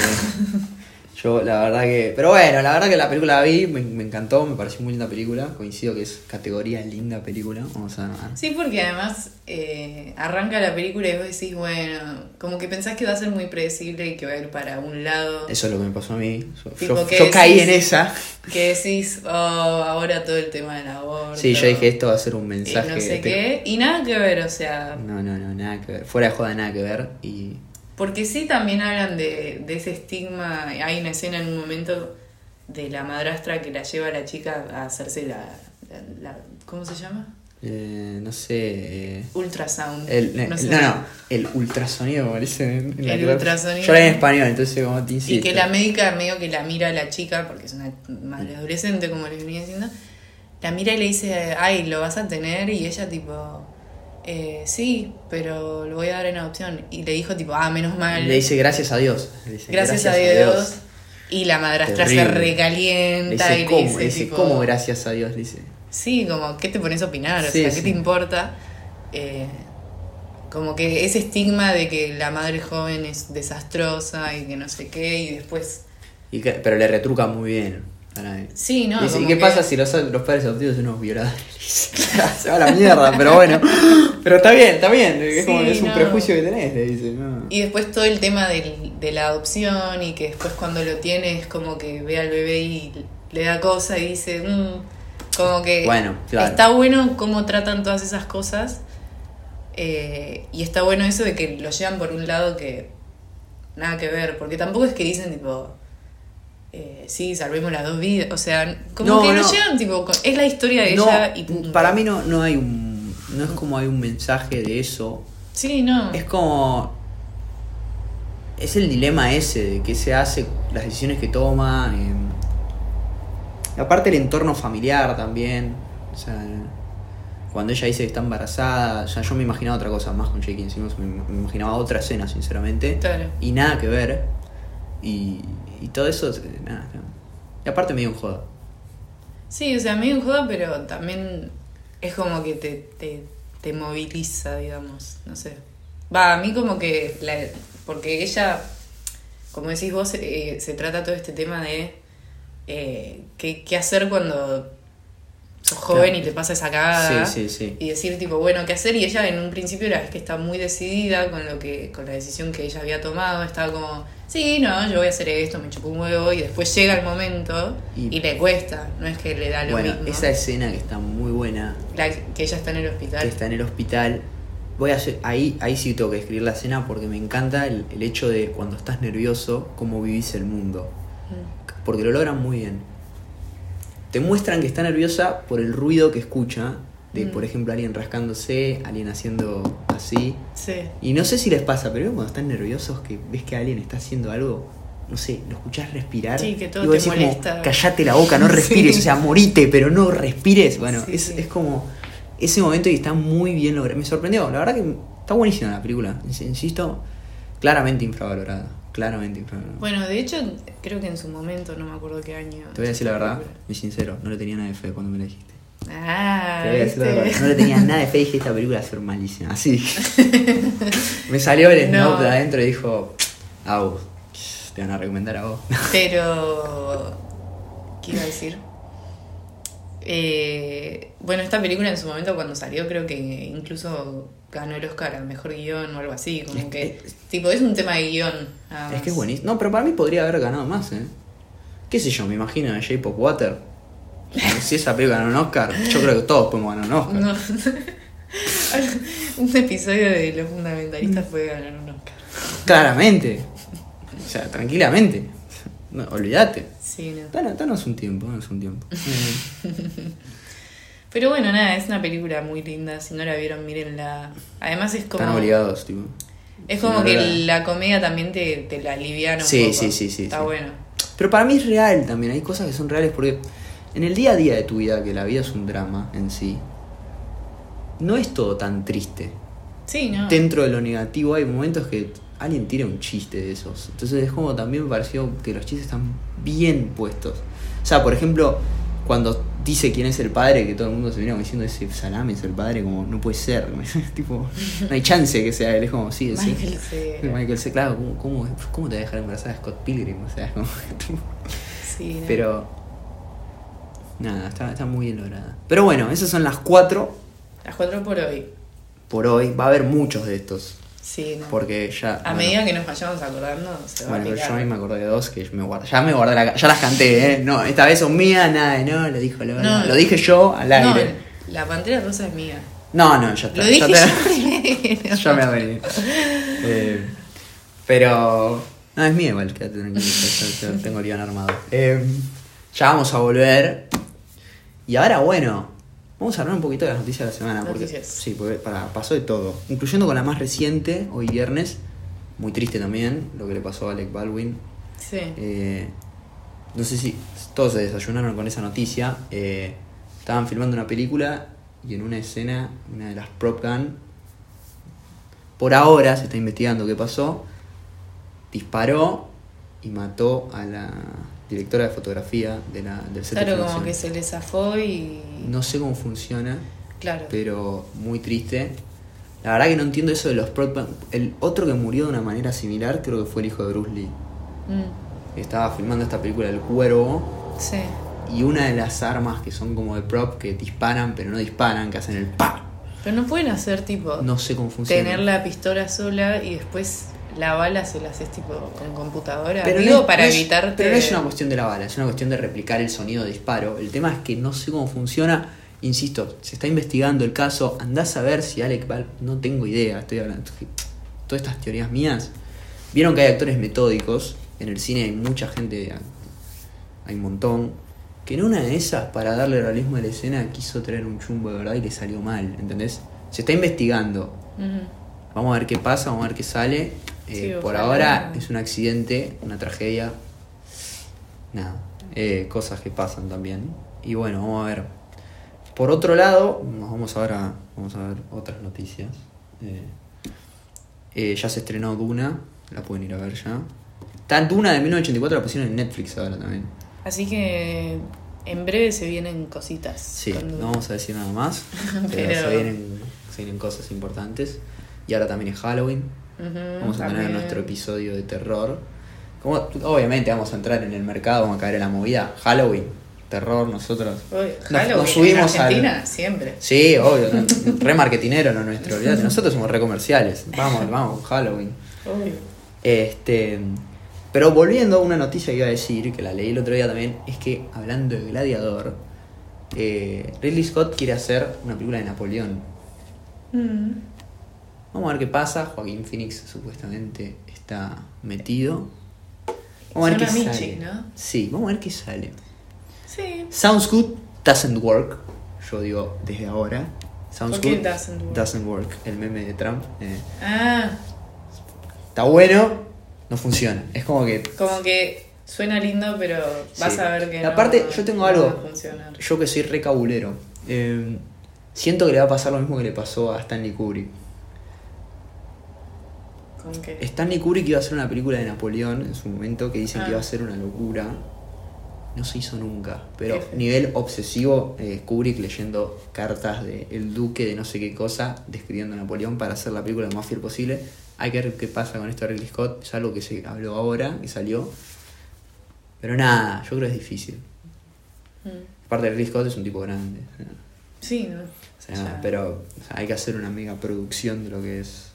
[SPEAKER 3] *laughs* yo, la verdad que. Pero bueno, la verdad que la película la vi, me, me encantó, me pareció muy linda película. Coincido que es categoría linda película. Vamos a.
[SPEAKER 4] Sí, porque además eh, arranca la película y vos decís, bueno, como que pensás que va a ser muy predecible y que va a ir para un lado.
[SPEAKER 3] Eso es lo que me pasó a mí. Yo,
[SPEAKER 4] Tipo,
[SPEAKER 3] yo-
[SPEAKER 4] ¿qué
[SPEAKER 3] yo caí
[SPEAKER 4] decís?
[SPEAKER 3] en esa.
[SPEAKER 4] Que decís, oh, ahora todo el tema del aborto.
[SPEAKER 3] Sí, yo dije, esto va a ser un
[SPEAKER 4] eh,
[SPEAKER 3] mensaje.
[SPEAKER 4] No sé
[SPEAKER 3] te-
[SPEAKER 4] qué. Y nada que ver, o sea.
[SPEAKER 3] No, no, no, nada que ver. Fuera de joda, nada que ver. Y.
[SPEAKER 4] Porque sí también hablan de, de ese estigma. Hay una escena en un momento de la madrastra que la lleva a la chica a hacerse la. la- la- ¿Cómo se llama?
[SPEAKER 3] eh, no sé. eh,
[SPEAKER 4] Ultrasound.
[SPEAKER 3] el, no,
[SPEAKER 4] sé.
[SPEAKER 3] no, no, el ultrasonido me parece. en- en la
[SPEAKER 4] El
[SPEAKER 3] clave.
[SPEAKER 4] ultrasonido.
[SPEAKER 3] Yo era en español, entonces como te
[SPEAKER 4] Y
[SPEAKER 3] insisto.
[SPEAKER 4] que la médica medio que la mira a la chica, porque es una madre adolescente, como les venía diciendo, la mira y le dice, ay, lo vas a tener, y ella tipo, "Eh, sí, pero lo voy a dar en adopción. Y le dijo tipo, ah, menos mal,
[SPEAKER 3] Le dice gracias a Dios. Le dice,
[SPEAKER 4] gracias, a Dios. Y la madrastra se
[SPEAKER 3] Terrible. Le
[SPEAKER 4] recalienta
[SPEAKER 3] dice,
[SPEAKER 4] y
[SPEAKER 3] ¿cómo? Le
[SPEAKER 4] le
[SPEAKER 3] dice,
[SPEAKER 4] tipo,
[SPEAKER 3] ¿cómo gracias a Dios? Le dice.
[SPEAKER 4] Sí, como, ¿qué te pones a opinar?
[SPEAKER 3] Sí,
[SPEAKER 4] o sea, ¿qué
[SPEAKER 3] sí.
[SPEAKER 4] te importa? Eh, como que ese estigma de que la madre joven es desastrosa y que no sé qué, y después...
[SPEAKER 3] Y que- pero le retruca muy bien. a la-
[SPEAKER 4] Sí, no,
[SPEAKER 3] Le dice, ¿y
[SPEAKER 4] como
[SPEAKER 3] qué
[SPEAKER 4] que-
[SPEAKER 3] pasa si los, los padres adoptivos son unos violadores? *laughs* Le dice, Se va a la mierda, pero bueno. Pero está bien, está bien. Es, como,
[SPEAKER 4] Sí,
[SPEAKER 3] es un
[SPEAKER 4] no.
[SPEAKER 3] prejuicio que tenés, le dice. No.
[SPEAKER 4] Y después todo el tema del- de la adopción y que después cuando lo tiene es como que ve al bebé y le da cosa y dice, "Mm", como que
[SPEAKER 3] Bueno, claro.
[SPEAKER 4] está bueno cómo tratan todas esas cosas eh, y está bueno eso de que lo llevan por un lado que nada que ver, porque tampoco es que dicen tipo, eh, sí, salvemos las dos vidas, o sea, como
[SPEAKER 3] No,
[SPEAKER 4] que lo
[SPEAKER 3] no.
[SPEAKER 4] llevan tipo, con- es la historia de
[SPEAKER 3] No,
[SPEAKER 4] ella y punto.
[SPEAKER 3] para mí no, no hay un. No es como hay un mensaje de eso.
[SPEAKER 4] Sí, no.
[SPEAKER 3] Es como. Es el dilema ese de qué se hace, las decisiones que toma. eh. Y Aparte el entorno familiar también. O sea, cuando ella dice que está embarazada, o sea, yo me imaginaba otra cosa más con J.K. Simmons, me me imaginaba otra escena, sinceramente.
[SPEAKER 4] Claro.
[SPEAKER 3] Y nada que ver. Y, y todo eso, eh, nada. nada. Y aparte me dio un joda.
[SPEAKER 4] Sí, o sea, medio en joda, pero también es como que te, te, te moviliza, digamos, no sé. Va, a mí como que, la, porque ella, como decís vos, eh, se trata todo este tema de eh, qué, qué hacer cuando sos joven
[SPEAKER 3] Claro.
[SPEAKER 4] y te pasa esa cagada.
[SPEAKER 3] Sí, sí, sí.
[SPEAKER 4] Y decir tipo, bueno, ¿qué hacer? Y ella en un principio la vez que está muy decidida con lo que con la decisión que ella había tomado, estaba como, sí, no, yo voy a hacer esto, me chupó un huevo y después llega el momento
[SPEAKER 3] Y-
[SPEAKER 4] y, le cuesta, no es que le da lo
[SPEAKER 3] Bueno,
[SPEAKER 4] mismo.
[SPEAKER 3] esa escena que está muy buena,
[SPEAKER 4] La que ella está en el hospital.
[SPEAKER 3] que está en el hospital. Voy a hacer, ahí, ahí sí tengo que escribir la escena porque me encanta el, el hecho de cuando estás nervioso, cómo vivís el mundo.
[SPEAKER 4] Mm.
[SPEAKER 3] Porque lo logran muy bien. Te muestran que está nerviosa por el ruido que escucha, de
[SPEAKER 4] Mm.
[SPEAKER 3] por ejemplo alguien rascándose, alguien haciendo así.
[SPEAKER 4] Sí.
[SPEAKER 3] Y no sé si les pasa, pero ¿vieron cuando están nerviosos que ves que alguien está haciendo algo, no sé, lo escuchás respirar.
[SPEAKER 4] Sí, que todo
[SPEAKER 3] y vos
[SPEAKER 4] te
[SPEAKER 3] como,
[SPEAKER 4] molesta.
[SPEAKER 3] Callate la boca, no respires,
[SPEAKER 4] *laughs* Sí.
[SPEAKER 3] o sea, morite, pero no respires. Bueno,
[SPEAKER 4] Sí,
[SPEAKER 3] es,
[SPEAKER 4] sí.
[SPEAKER 3] es como ese momento y está muy bien logrado. Me sorprendió, la verdad que está buenísima la película. Ins- Insisto, claramente infravalorada. Claramente infravalorada.
[SPEAKER 4] Bueno, de hecho, creo que en su momento, no me acuerdo qué año.
[SPEAKER 3] Te voy a decir la verdad, muy sincero, no le tenía nada de fe cuando me la dijiste.
[SPEAKER 4] Ah,
[SPEAKER 3] Te voy a decir la verdad, no le
[SPEAKER 4] ¿viste?
[SPEAKER 3] tenía nada de fe y dije, esta película va a ser malísima. Así
[SPEAKER 4] *laughs*
[SPEAKER 3] dije. Me salió el
[SPEAKER 4] No.
[SPEAKER 3] snob de adentro y dijo, au, te van a recomendar a vos.
[SPEAKER 4] Ah, Pero. ¿Qué iba a decir? Eh, bueno, esta película en su momento cuando salió creo que incluso ganó el Oscar a mejor guión o algo así,
[SPEAKER 3] Es
[SPEAKER 4] como que tipo es un tema de guión.
[SPEAKER 3] *laughs*
[SPEAKER 4] nada
[SPEAKER 3] Es que es
[SPEAKER 4] más.
[SPEAKER 3] buenísimo. No, pero para mí podría haber ganado más, ¿eh? ¿Qué sé yo? Me imagino a J-Pop Water.
[SPEAKER 4] *laughs*
[SPEAKER 3] Si esa película ganó un Oscar, yo creo que todos podemos ganar un Oscar.
[SPEAKER 4] No. *laughs* un episodio de los fundamentalistas
[SPEAKER 3] Mm.
[SPEAKER 4] puede ganar un Oscar.
[SPEAKER 3] Claramente. O sea, tranquilamente. No, olvídate.
[SPEAKER 4] Sí, no.
[SPEAKER 3] Danos, danos un tiempo, danos un
[SPEAKER 4] *laughs*
[SPEAKER 3] tiempo. Eh,
[SPEAKER 4] Pero bueno, nada, es una película muy linda. Si no la vieron, mírenla. Además es como.
[SPEAKER 3] Están obligados, tipo.
[SPEAKER 4] Es
[SPEAKER 3] Si
[SPEAKER 4] como
[SPEAKER 3] no
[SPEAKER 4] que
[SPEAKER 3] la-
[SPEAKER 4] la comedia también te, te la aliviana un
[SPEAKER 3] Sí,
[SPEAKER 4] poco.
[SPEAKER 3] sí, sí, sí,
[SPEAKER 4] Está
[SPEAKER 3] sí.
[SPEAKER 4] bueno.
[SPEAKER 3] Pero para mí es real también, hay cosas que son reales porque en el día a día de tu vida, que la vida es un drama en sí, no es todo tan triste.
[SPEAKER 4] Sí, no.
[SPEAKER 3] Dentro de lo negativo hay momentos que alguien tira un chiste de esos. Entonces es como también me pareció que los chistes están bien puestos. O sea, por ejemplo, cuando dice quién es el padre, que todo el mundo se viene como diciendo ese salame es el padre, como no puede ser, *laughs* tipo, no hay chance que sea él, es como sí, sí.
[SPEAKER 4] Michael Cera.
[SPEAKER 3] Michael C. Claro, ¿cómo, cómo, cómo te va a dejar embarazada Scott Pilgrim? O sea, *laughs* es como
[SPEAKER 4] Sí, no.
[SPEAKER 3] Pero. Nada, está, está muy bien lograda. Pero bueno, esas son las cuatro
[SPEAKER 4] Las cuatro por hoy.
[SPEAKER 3] por hoy. Va a haber muchos de estos.
[SPEAKER 4] Sí, no.
[SPEAKER 3] Porque ya.
[SPEAKER 4] A medida que nos vayamos acordando, se va
[SPEAKER 3] Bueno,
[SPEAKER 4] a
[SPEAKER 3] pero
[SPEAKER 4] picar.
[SPEAKER 3] yo a mí me acordé de dos que me guardé. Ya me guardé la ca- Ya las canté, ¿eh? No, esta vez son mías, nada, de no, lo dijo Lola.
[SPEAKER 4] No.
[SPEAKER 3] Lo dije yo al
[SPEAKER 4] No,
[SPEAKER 3] aire.
[SPEAKER 4] la pantera rosa es mía.
[SPEAKER 3] No, no, ya está.
[SPEAKER 4] Lo dije
[SPEAKER 3] ya, *laughs* te-
[SPEAKER 4] yo primero.
[SPEAKER 3] ya me ha venido. Eh, pero. No, es mía igual, quédate tranquilo. ya- ya- ya tengo el guión armado. Eh, ya vamos a volver. Y ahora, bueno, Vamos a hablar un poquito de las noticias de la semana. Porque,
[SPEAKER 4] Noticias.
[SPEAKER 3] sí, porque para, pasó de todo. Incluyendo con la más reciente, hoy viernes. Muy triste también lo que le pasó a Alec Baldwin.
[SPEAKER 4] Sí.
[SPEAKER 3] Eh, no sé si todos se desayunaron con esa noticia. Eh, estaban filmando una película y en una escena, una de las prop gun, por ahora se está investigando qué pasó, disparó y mató a la directora de fotografía de la, del set de
[SPEAKER 4] claro, como
[SPEAKER 3] filmación.
[SPEAKER 4] que se le zafó y.
[SPEAKER 3] No sé cómo funciona
[SPEAKER 4] Claro.
[SPEAKER 3] pero muy triste. La verdad que no entiendo eso de los prop gun. El otro que murió de una manera similar creo que fue el hijo de Bruce Lee.
[SPEAKER 4] Mm,
[SPEAKER 3] Estaba filmando esta película El Cuervo
[SPEAKER 4] sí.
[SPEAKER 3] y una de las armas que son como de prop que disparan pero no disparan, que hacen el pa.
[SPEAKER 4] Pero no pueden hacer tipo.
[SPEAKER 3] No sé cómo funciona.
[SPEAKER 4] tener la pistola sola y después la bala se la haces tipo con computadora.
[SPEAKER 3] Pero
[SPEAKER 4] Digo,
[SPEAKER 3] no es-
[SPEAKER 4] para
[SPEAKER 3] no es-
[SPEAKER 4] evitarte.
[SPEAKER 3] Pero no es una cuestión de la bala, es una cuestión de replicar el sonido de disparo. El tema es que no sé cómo funciona. Insisto, se está investigando el caso. Andás a ver si Alec Bal. No tengo idea, estoy hablando. Todas estas teorías mías. Vieron que hay actores metódicos. En el cine hay mucha gente. Hay un montón. Que en una de esas, para darle realismo a la escena, quiso traer un chumbo de verdad y le salió mal. ¿Entendés? Se está investigando.
[SPEAKER 4] Ujú.
[SPEAKER 3] Vamos a ver qué pasa, vamos a ver qué sale. Eh,
[SPEAKER 4] Sí,
[SPEAKER 3] por
[SPEAKER 4] ojalá.
[SPEAKER 3] ahora es un accidente, una tragedia. Nada, eh, cosas que pasan también. Y bueno, vamos a ver. Por otro lado, nos vamos ahora vamos a ver otras noticias. Eh, eh, ya se estrenó Duna, la pueden ir a ver ya. Tan Duna de 1984 la pusieron en Netflix ahora también.
[SPEAKER 4] Así que en breve se vienen cositas.
[SPEAKER 3] Sí,
[SPEAKER 4] Cuando-
[SPEAKER 3] no vamos a decir nada
[SPEAKER 4] *laughs*
[SPEAKER 3] más. pero
[SPEAKER 4] Pero-
[SPEAKER 3] se vienen, se vienen cosas importantes. Y ahora también es Halloween.
[SPEAKER 4] Ujú,
[SPEAKER 3] Vamos a tener
[SPEAKER 4] también.
[SPEAKER 3] nuestro episodio de terror. Como, obviamente vamos a entrar en el mercado, vamos a caer en la movida. Halloween, terror, nosotros.
[SPEAKER 4] Uy,
[SPEAKER 3] Nos-
[SPEAKER 4] Halloween
[SPEAKER 3] nos subimos
[SPEAKER 4] en
[SPEAKER 3] al-
[SPEAKER 4] Argentina, siempre.
[SPEAKER 3] Sí, obvio, no- re marketinero lo nuestro, olvidate, Nosotros somos re comerciales. Vamos, vamos, Halloween.
[SPEAKER 4] Obvio.
[SPEAKER 3] Este, pero volviendo a una noticia que iba a decir, que la leí el otro día también, es que hablando de Gladiador, eh, Ridley Scott quiere hacer una película de Napoleón.
[SPEAKER 4] Mm.
[SPEAKER 3] Vamos a ver qué pasa. Joaquín Phoenix supuestamente está metido.
[SPEAKER 4] Son amichis, ¿no?
[SPEAKER 3] Sí, vamos a ver qué sale.
[SPEAKER 4] Sí.
[SPEAKER 3] Sounds good, doesn't work. Yo digo desde ahora. Sounds
[SPEAKER 4] ¿Por qué
[SPEAKER 3] good,
[SPEAKER 4] doesn't work?
[SPEAKER 3] work. El meme de Trump. eh,
[SPEAKER 4] Ah,
[SPEAKER 3] está bueno, no funciona. Es como que
[SPEAKER 4] como que suena lindo, pero vas
[SPEAKER 3] Sí.
[SPEAKER 4] a ver que.
[SPEAKER 3] Y
[SPEAKER 4] no-
[SPEAKER 3] aparte, yo tengo
[SPEAKER 4] no
[SPEAKER 3] algo.
[SPEAKER 4] va a funcionar.
[SPEAKER 3] yo que soy recabulero, siento que le va a pasar lo mismo que le pasó a Stanley Kubrick.
[SPEAKER 4] Como que-
[SPEAKER 3] Stanley Kubrick iba a hacer una película de Napoleón en su momento que dicen
[SPEAKER 4] Ah.
[SPEAKER 3] que iba a ser una locura. No se hizo nunca. Pero
[SPEAKER 4] F.
[SPEAKER 3] nivel obsesivo, eh, Kubrick leyendo cartas de el duque de no sé qué cosa, describiendo a Napoleón para hacer la película lo más fiel posible. Hay que ver qué pasa con esto de Ridley Scott. Es algo que se habló ahora, que salió. Pero nada, yo creo que es difícil.
[SPEAKER 4] Mm.
[SPEAKER 3] Aparte, Ridley Scott es un tipo grande. ¿no?
[SPEAKER 4] Sí, ¿no?
[SPEAKER 3] O sea,
[SPEAKER 4] O sea,
[SPEAKER 3] pero o sea, hay que hacer una mega producción de lo que es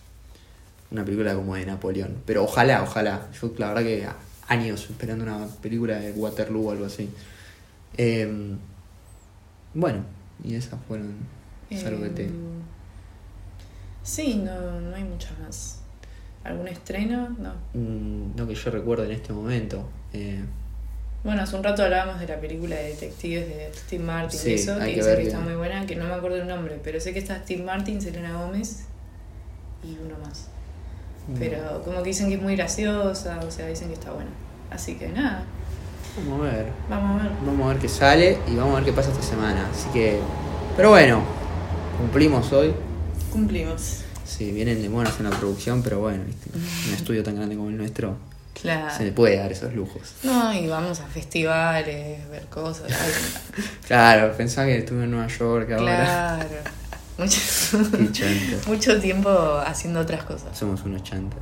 [SPEAKER 3] una película como de Napoleón. Pero ojalá, ojalá. Yo la verdad que a- años esperando una película de Waterloo o algo así. Eh, bueno, y esas fueron... Es algo que te...
[SPEAKER 4] Em, Sí, no, no hay muchas más. ¿Algún estreno? No.
[SPEAKER 3] Mm, no que yo recuerdo en este momento. Eh,
[SPEAKER 4] Bueno, hace un rato hablábamos de la película de detectives de Steve Martin
[SPEAKER 3] Sí,
[SPEAKER 4] y eso,
[SPEAKER 3] hay
[SPEAKER 4] que
[SPEAKER 3] que
[SPEAKER 4] dicen
[SPEAKER 3] ver
[SPEAKER 4] que
[SPEAKER 3] que-
[SPEAKER 4] está muy buena, que no me acuerdo el nombre, pero sé que está Steve Martin, Selena Gómez y uno más.
[SPEAKER 3] Mm.
[SPEAKER 4] Pero como que dicen que es muy graciosa, o sea, dicen que está buena. Así que nada,
[SPEAKER 3] Vamos a ver.
[SPEAKER 4] vamos a ver.
[SPEAKER 3] Vamos a ver qué sale y vamos a ver qué pasa esta semana. Así que... Pero bueno, cumplimos hoy.
[SPEAKER 4] Cumplimos.
[SPEAKER 3] Sí, vienen demoras en la producción, pero bueno, ¿viste? un estudio tan grande como el nuestro
[SPEAKER 4] Claro.
[SPEAKER 3] se le puede dar esos lujos.
[SPEAKER 4] No, y vamos a festivales, ver cosas.
[SPEAKER 3] *laughs*
[SPEAKER 4] ay,
[SPEAKER 3] Claro, pensaba que estuve en Nueva York ahora.
[SPEAKER 4] claro.
[SPEAKER 3] *laughs*
[SPEAKER 4] Mucho,
[SPEAKER 3] Qué chanta.
[SPEAKER 4] mucho tiempo haciendo otras cosas.
[SPEAKER 3] Somos unos chantas.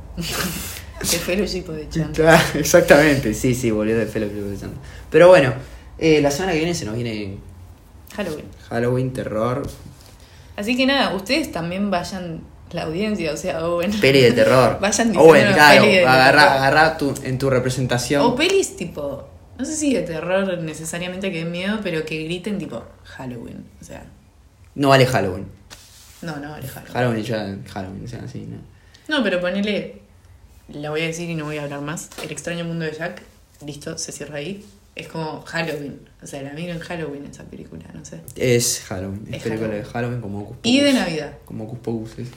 [SPEAKER 4] Que fue el tipo de chanta.
[SPEAKER 3] Claro, Exactamente, sí, sí, volvió de pelo de chanta. Pero bueno, eh, la semana que viene se nos viene
[SPEAKER 4] Halloween.
[SPEAKER 3] Halloween, terror,
[SPEAKER 4] Así que nada, ustedes también vayan, la audiencia, o sea, o bueno.
[SPEAKER 3] peli de terror.
[SPEAKER 4] *laughs* Vayan
[SPEAKER 3] O bueno,
[SPEAKER 4] diciéndonos
[SPEAKER 3] claro,
[SPEAKER 4] peli de
[SPEAKER 3] agarrá,
[SPEAKER 4] terror.
[SPEAKER 3] agarrá tu- en tu representación.
[SPEAKER 4] O pelis tipo, no sé si de terror necesariamente que den miedo, pero que griten tipo Halloween. O sea,
[SPEAKER 3] No vale Halloween.
[SPEAKER 4] no, no vale Halloween.
[SPEAKER 3] Halloween ya, Halloween, o sea, así, ¿no?
[SPEAKER 4] No, pero ponele, la voy a decir y no voy a hablar más. El extraño mundo de Jack, listo, se cierra ahí. Es como Halloween. O sea, la miro en Halloween esa película, no sé.
[SPEAKER 3] Es Halloween, es,
[SPEAKER 4] Es
[SPEAKER 3] película
[SPEAKER 4] Halloween.
[SPEAKER 3] de Halloween como Hocus
[SPEAKER 4] Y de
[SPEAKER 3] Pocus.
[SPEAKER 4] Navidad.
[SPEAKER 3] Como Hocus Pocus, es-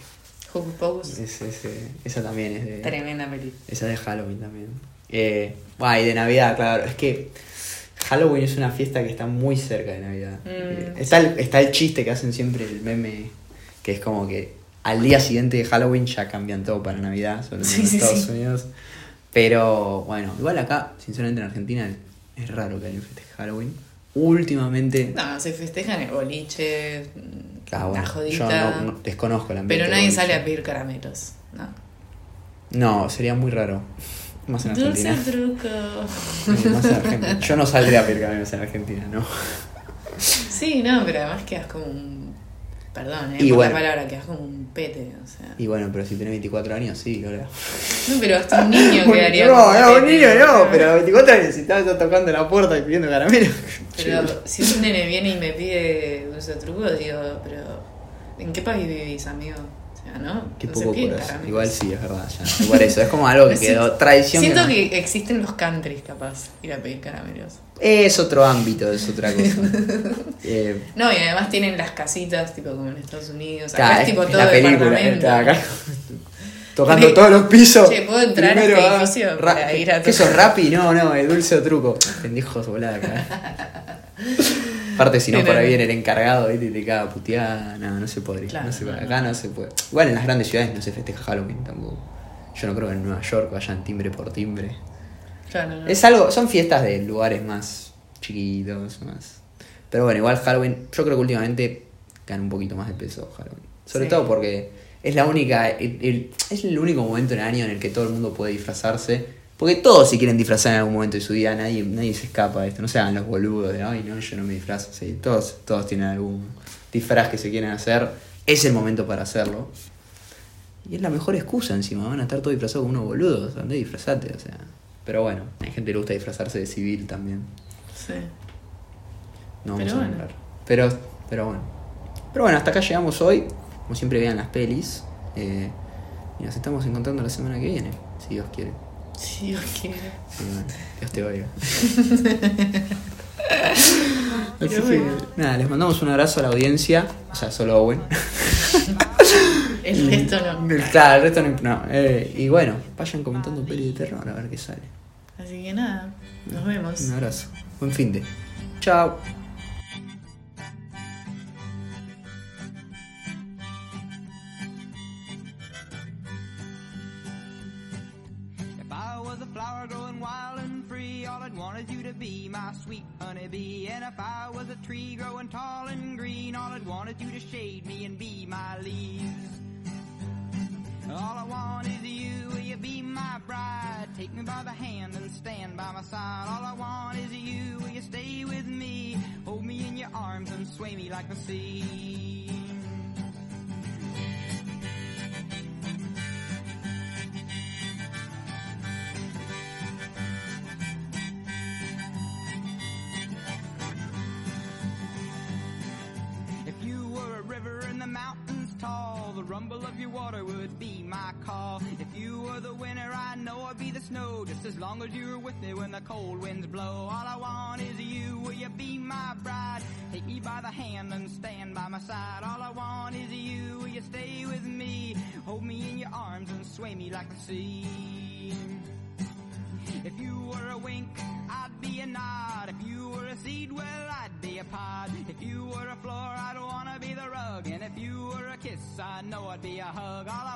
[SPEAKER 4] Hocus Pocus.
[SPEAKER 3] es- es, eh, esa también es de...
[SPEAKER 4] Tremenda película.
[SPEAKER 3] Esa de Halloween también. Eh, bah, y de Navidad, claro. Es que Halloween es una fiesta que está muy cerca de Navidad.
[SPEAKER 4] Mm,
[SPEAKER 3] Eh, está, el, está el chiste que hacen siempre, el meme, que es como que al día siguiente de Halloween ya cambian todo para Navidad, sobre todo
[SPEAKER 4] Sí,
[SPEAKER 3] en
[SPEAKER 4] sí,
[SPEAKER 3] Estados
[SPEAKER 4] sí.
[SPEAKER 3] Unidos. Pero bueno, igual acá, sinceramente en Argentina, es raro que alguien festeje Halloween. Últimamente...
[SPEAKER 4] No, se festejan el boliche, mm,
[SPEAKER 3] claro,
[SPEAKER 4] la
[SPEAKER 3] Ah, bueno, yo
[SPEAKER 4] jodita.
[SPEAKER 3] no, no- desconozco la
[SPEAKER 4] pero nadie sale a pedir caramelos. No.
[SPEAKER 3] No, sería muy raro. *laughs* Más en
[SPEAKER 4] Dulce
[SPEAKER 3] Argentina.
[SPEAKER 4] truco.
[SPEAKER 3] No sé, Argentina. Yo no saldría a pedir caramelos en Argentina, ¿no?
[SPEAKER 4] Sí, no, pero además quedas como un. Perdón, ¿eh?
[SPEAKER 3] Y
[SPEAKER 4] por
[SPEAKER 3] bueno.
[SPEAKER 4] la palabra, quedas como un pete. O sea.
[SPEAKER 3] Y bueno, pero si tenés 24 años, sí, Lola.
[SPEAKER 4] No, pero hasta un niño quedaría. como
[SPEAKER 3] no, no, *laughs* un
[SPEAKER 4] pete,
[SPEAKER 3] niño no, pero a 24 años si estás ya tocando la puerta y pidiendo caramelo.
[SPEAKER 4] Pero si un nene viene y me pide dulce truco, digo, pero ¿en qué país vivís, amigo? O sea, ¿no?
[SPEAKER 3] Qué
[SPEAKER 4] no
[SPEAKER 3] poco
[SPEAKER 4] piden
[SPEAKER 3] corazón.
[SPEAKER 4] caramelos.
[SPEAKER 3] Igual sí, es verdad. Ya. Por eso, es como algo que
[SPEAKER 4] Lo siento.
[SPEAKER 3] quedó tradición. que
[SPEAKER 4] Siento
[SPEAKER 3] no-
[SPEAKER 4] que existen los countries, capaz, ir a pedir caramelos.
[SPEAKER 3] Es otro ámbito, es otra
[SPEAKER 4] *laughs*
[SPEAKER 3] cosa. eh,
[SPEAKER 4] No, y además tienen las casitas, tipo como en Estados Unidos. Acá
[SPEAKER 3] claro,
[SPEAKER 4] es tipo
[SPEAKER 3] es
[SPEAKER 4] todo
[SPEAKER 3] la película. eh,
[SPEAKER 4] departamento.
[SPEAKER 3] está
[SPEAKER 4] *laughs*
[SPEAKER 3] acá. Tocando
[SPEAKER 4] Che,
[SPEAKER 3] todos los pisos.
[SPEAKER 4] che, ¿puedo entrar a
[SPEAKER 3] Primero
[SPEAKER 4] este
[SPEAKER 3] va
[SPEAKER 4] edificio
[SPEAKER 3] Ra-
[SPEAKER 4] para ir a
[SPEAKER 3] ¿Qué
[SPEAKER 4] tocar?
[SPEAKER 3] sos, Rappi? No, no, el dulce o truco. Pendejos volada acá.
[SPEAKER 4] *laughs*
[SPEAKER 3] Aparte, si no,
[SPEAKER 4] Pero
[SPEAKER 3] por ahí
[SPEAKER 4] no.
[SPEAKER 3] viene el encargado ¿viste? y te caga puteada. No, no se podría.
[SPEAKER 4] Claro,
[SPEAKER 3] no se
[SPEAKER 4] no,
[SPEAKER 3] puede.
[SPEAKER 4] no.
[SPEAKER 3] Acá no se puede. Igual en las grandes ciudades no se festeja Halloween tampoco. Yo no creo que en Nueva York vayan timbre por timbre.
[SPEAKER 4] Claro, no.
[SPEAKER 3] Es algo, son fiestas de lugares más chiquitos, más. Pero bueno, igual Halloween, yo creo que últimamente gana un poquito más de peso Halloween. Sobre
[SPEAKER 4] Sí.
[SPEAKER 3] todo porque es la única, el- el- es el único momento en el año en el que todo el mundo puede disfrazarse. Porque todos se quieren disfrazar en algún momento de su vida, nadie, nadie se escapa de esto, no se hagan los boludos de ay no, yo no me disfrazo, sí, todos, todos tienen algún disfraz que se quieren hacer, es el momento para hacerlo. Y es la mejor excusa encima, van a estar todos disfrazados como unos boludos, andá y disfrazate, o sea. Pero bueno, hay gente que le gusta disfrazarse de civil también.
[SPEAKER 4] Sí.
[SPEAKER 3] No vamos
[SPEAKER 4] Pero
[SPEAKER 3] a
[SPEAKER 4] bueno.
[SPEAKER 3] nombrar. Pero, pero bueno. Pero bueno, hasta acá llegamos hoy. Como siempre vean las pelis. eh, y nos estamos encontrando la semana que viene, si Dios quiere.
[SPEAKER 4] Si Dios quiere.
[SPEAKER 3] Sí, bueno, Dios te
[SPEAKER 4] *laughs*
[SPEAKER 3] oiga. Así
[SPEAKER 4] Pero
[SPEAKER 3] que,
[SPEAKER 4] bueno.
[SPEAKER 3] nada, les mandamos un abrazo a la audiencia. O sea, solo a Owen.
[SPEAKER 4] *laughs*
[SPEAKER 3] *laughs*
[SPEAKER 4] El resto no.
[SPEAKER 3] Claro, el resto no. no, eh, y bueno, vayan comentando pelis de terror a ver qué sale.
[SPEAKER 4] Así que nada, nos vemos.
[SPEAKER 3] Un abrazo. Buen fin de. Chao.
[SPEAKER 5] If I was a flower growing wild and free, all I'd wanted you to be my sweet honeybee. And if I was a tree growing tall and green, all I'd wanted you to shade me and be my leaves. All I want is you, will you be my bride? Take me by the hand and stand by my side. All I want is you, will you stay with me? Hold me in your arms and sway me like the sea. If you were a river in the mountains tall, the rumble of your water would be my call. If you were the winter, I know I'd be the snow, just as long as you were with me when the cold winds blow. All I want is you, will you be my bride? Take me by the hand and stand by my side. All I want is you, will you stay with me? Hold me in your arms and sway me like the sea. If you were a wink, I'd be a nod. If you were a seed, well, I'd be a pod. If you were a floor, I'd wanna be the rug. And if you were a kiss, I know I'd be a hug. All I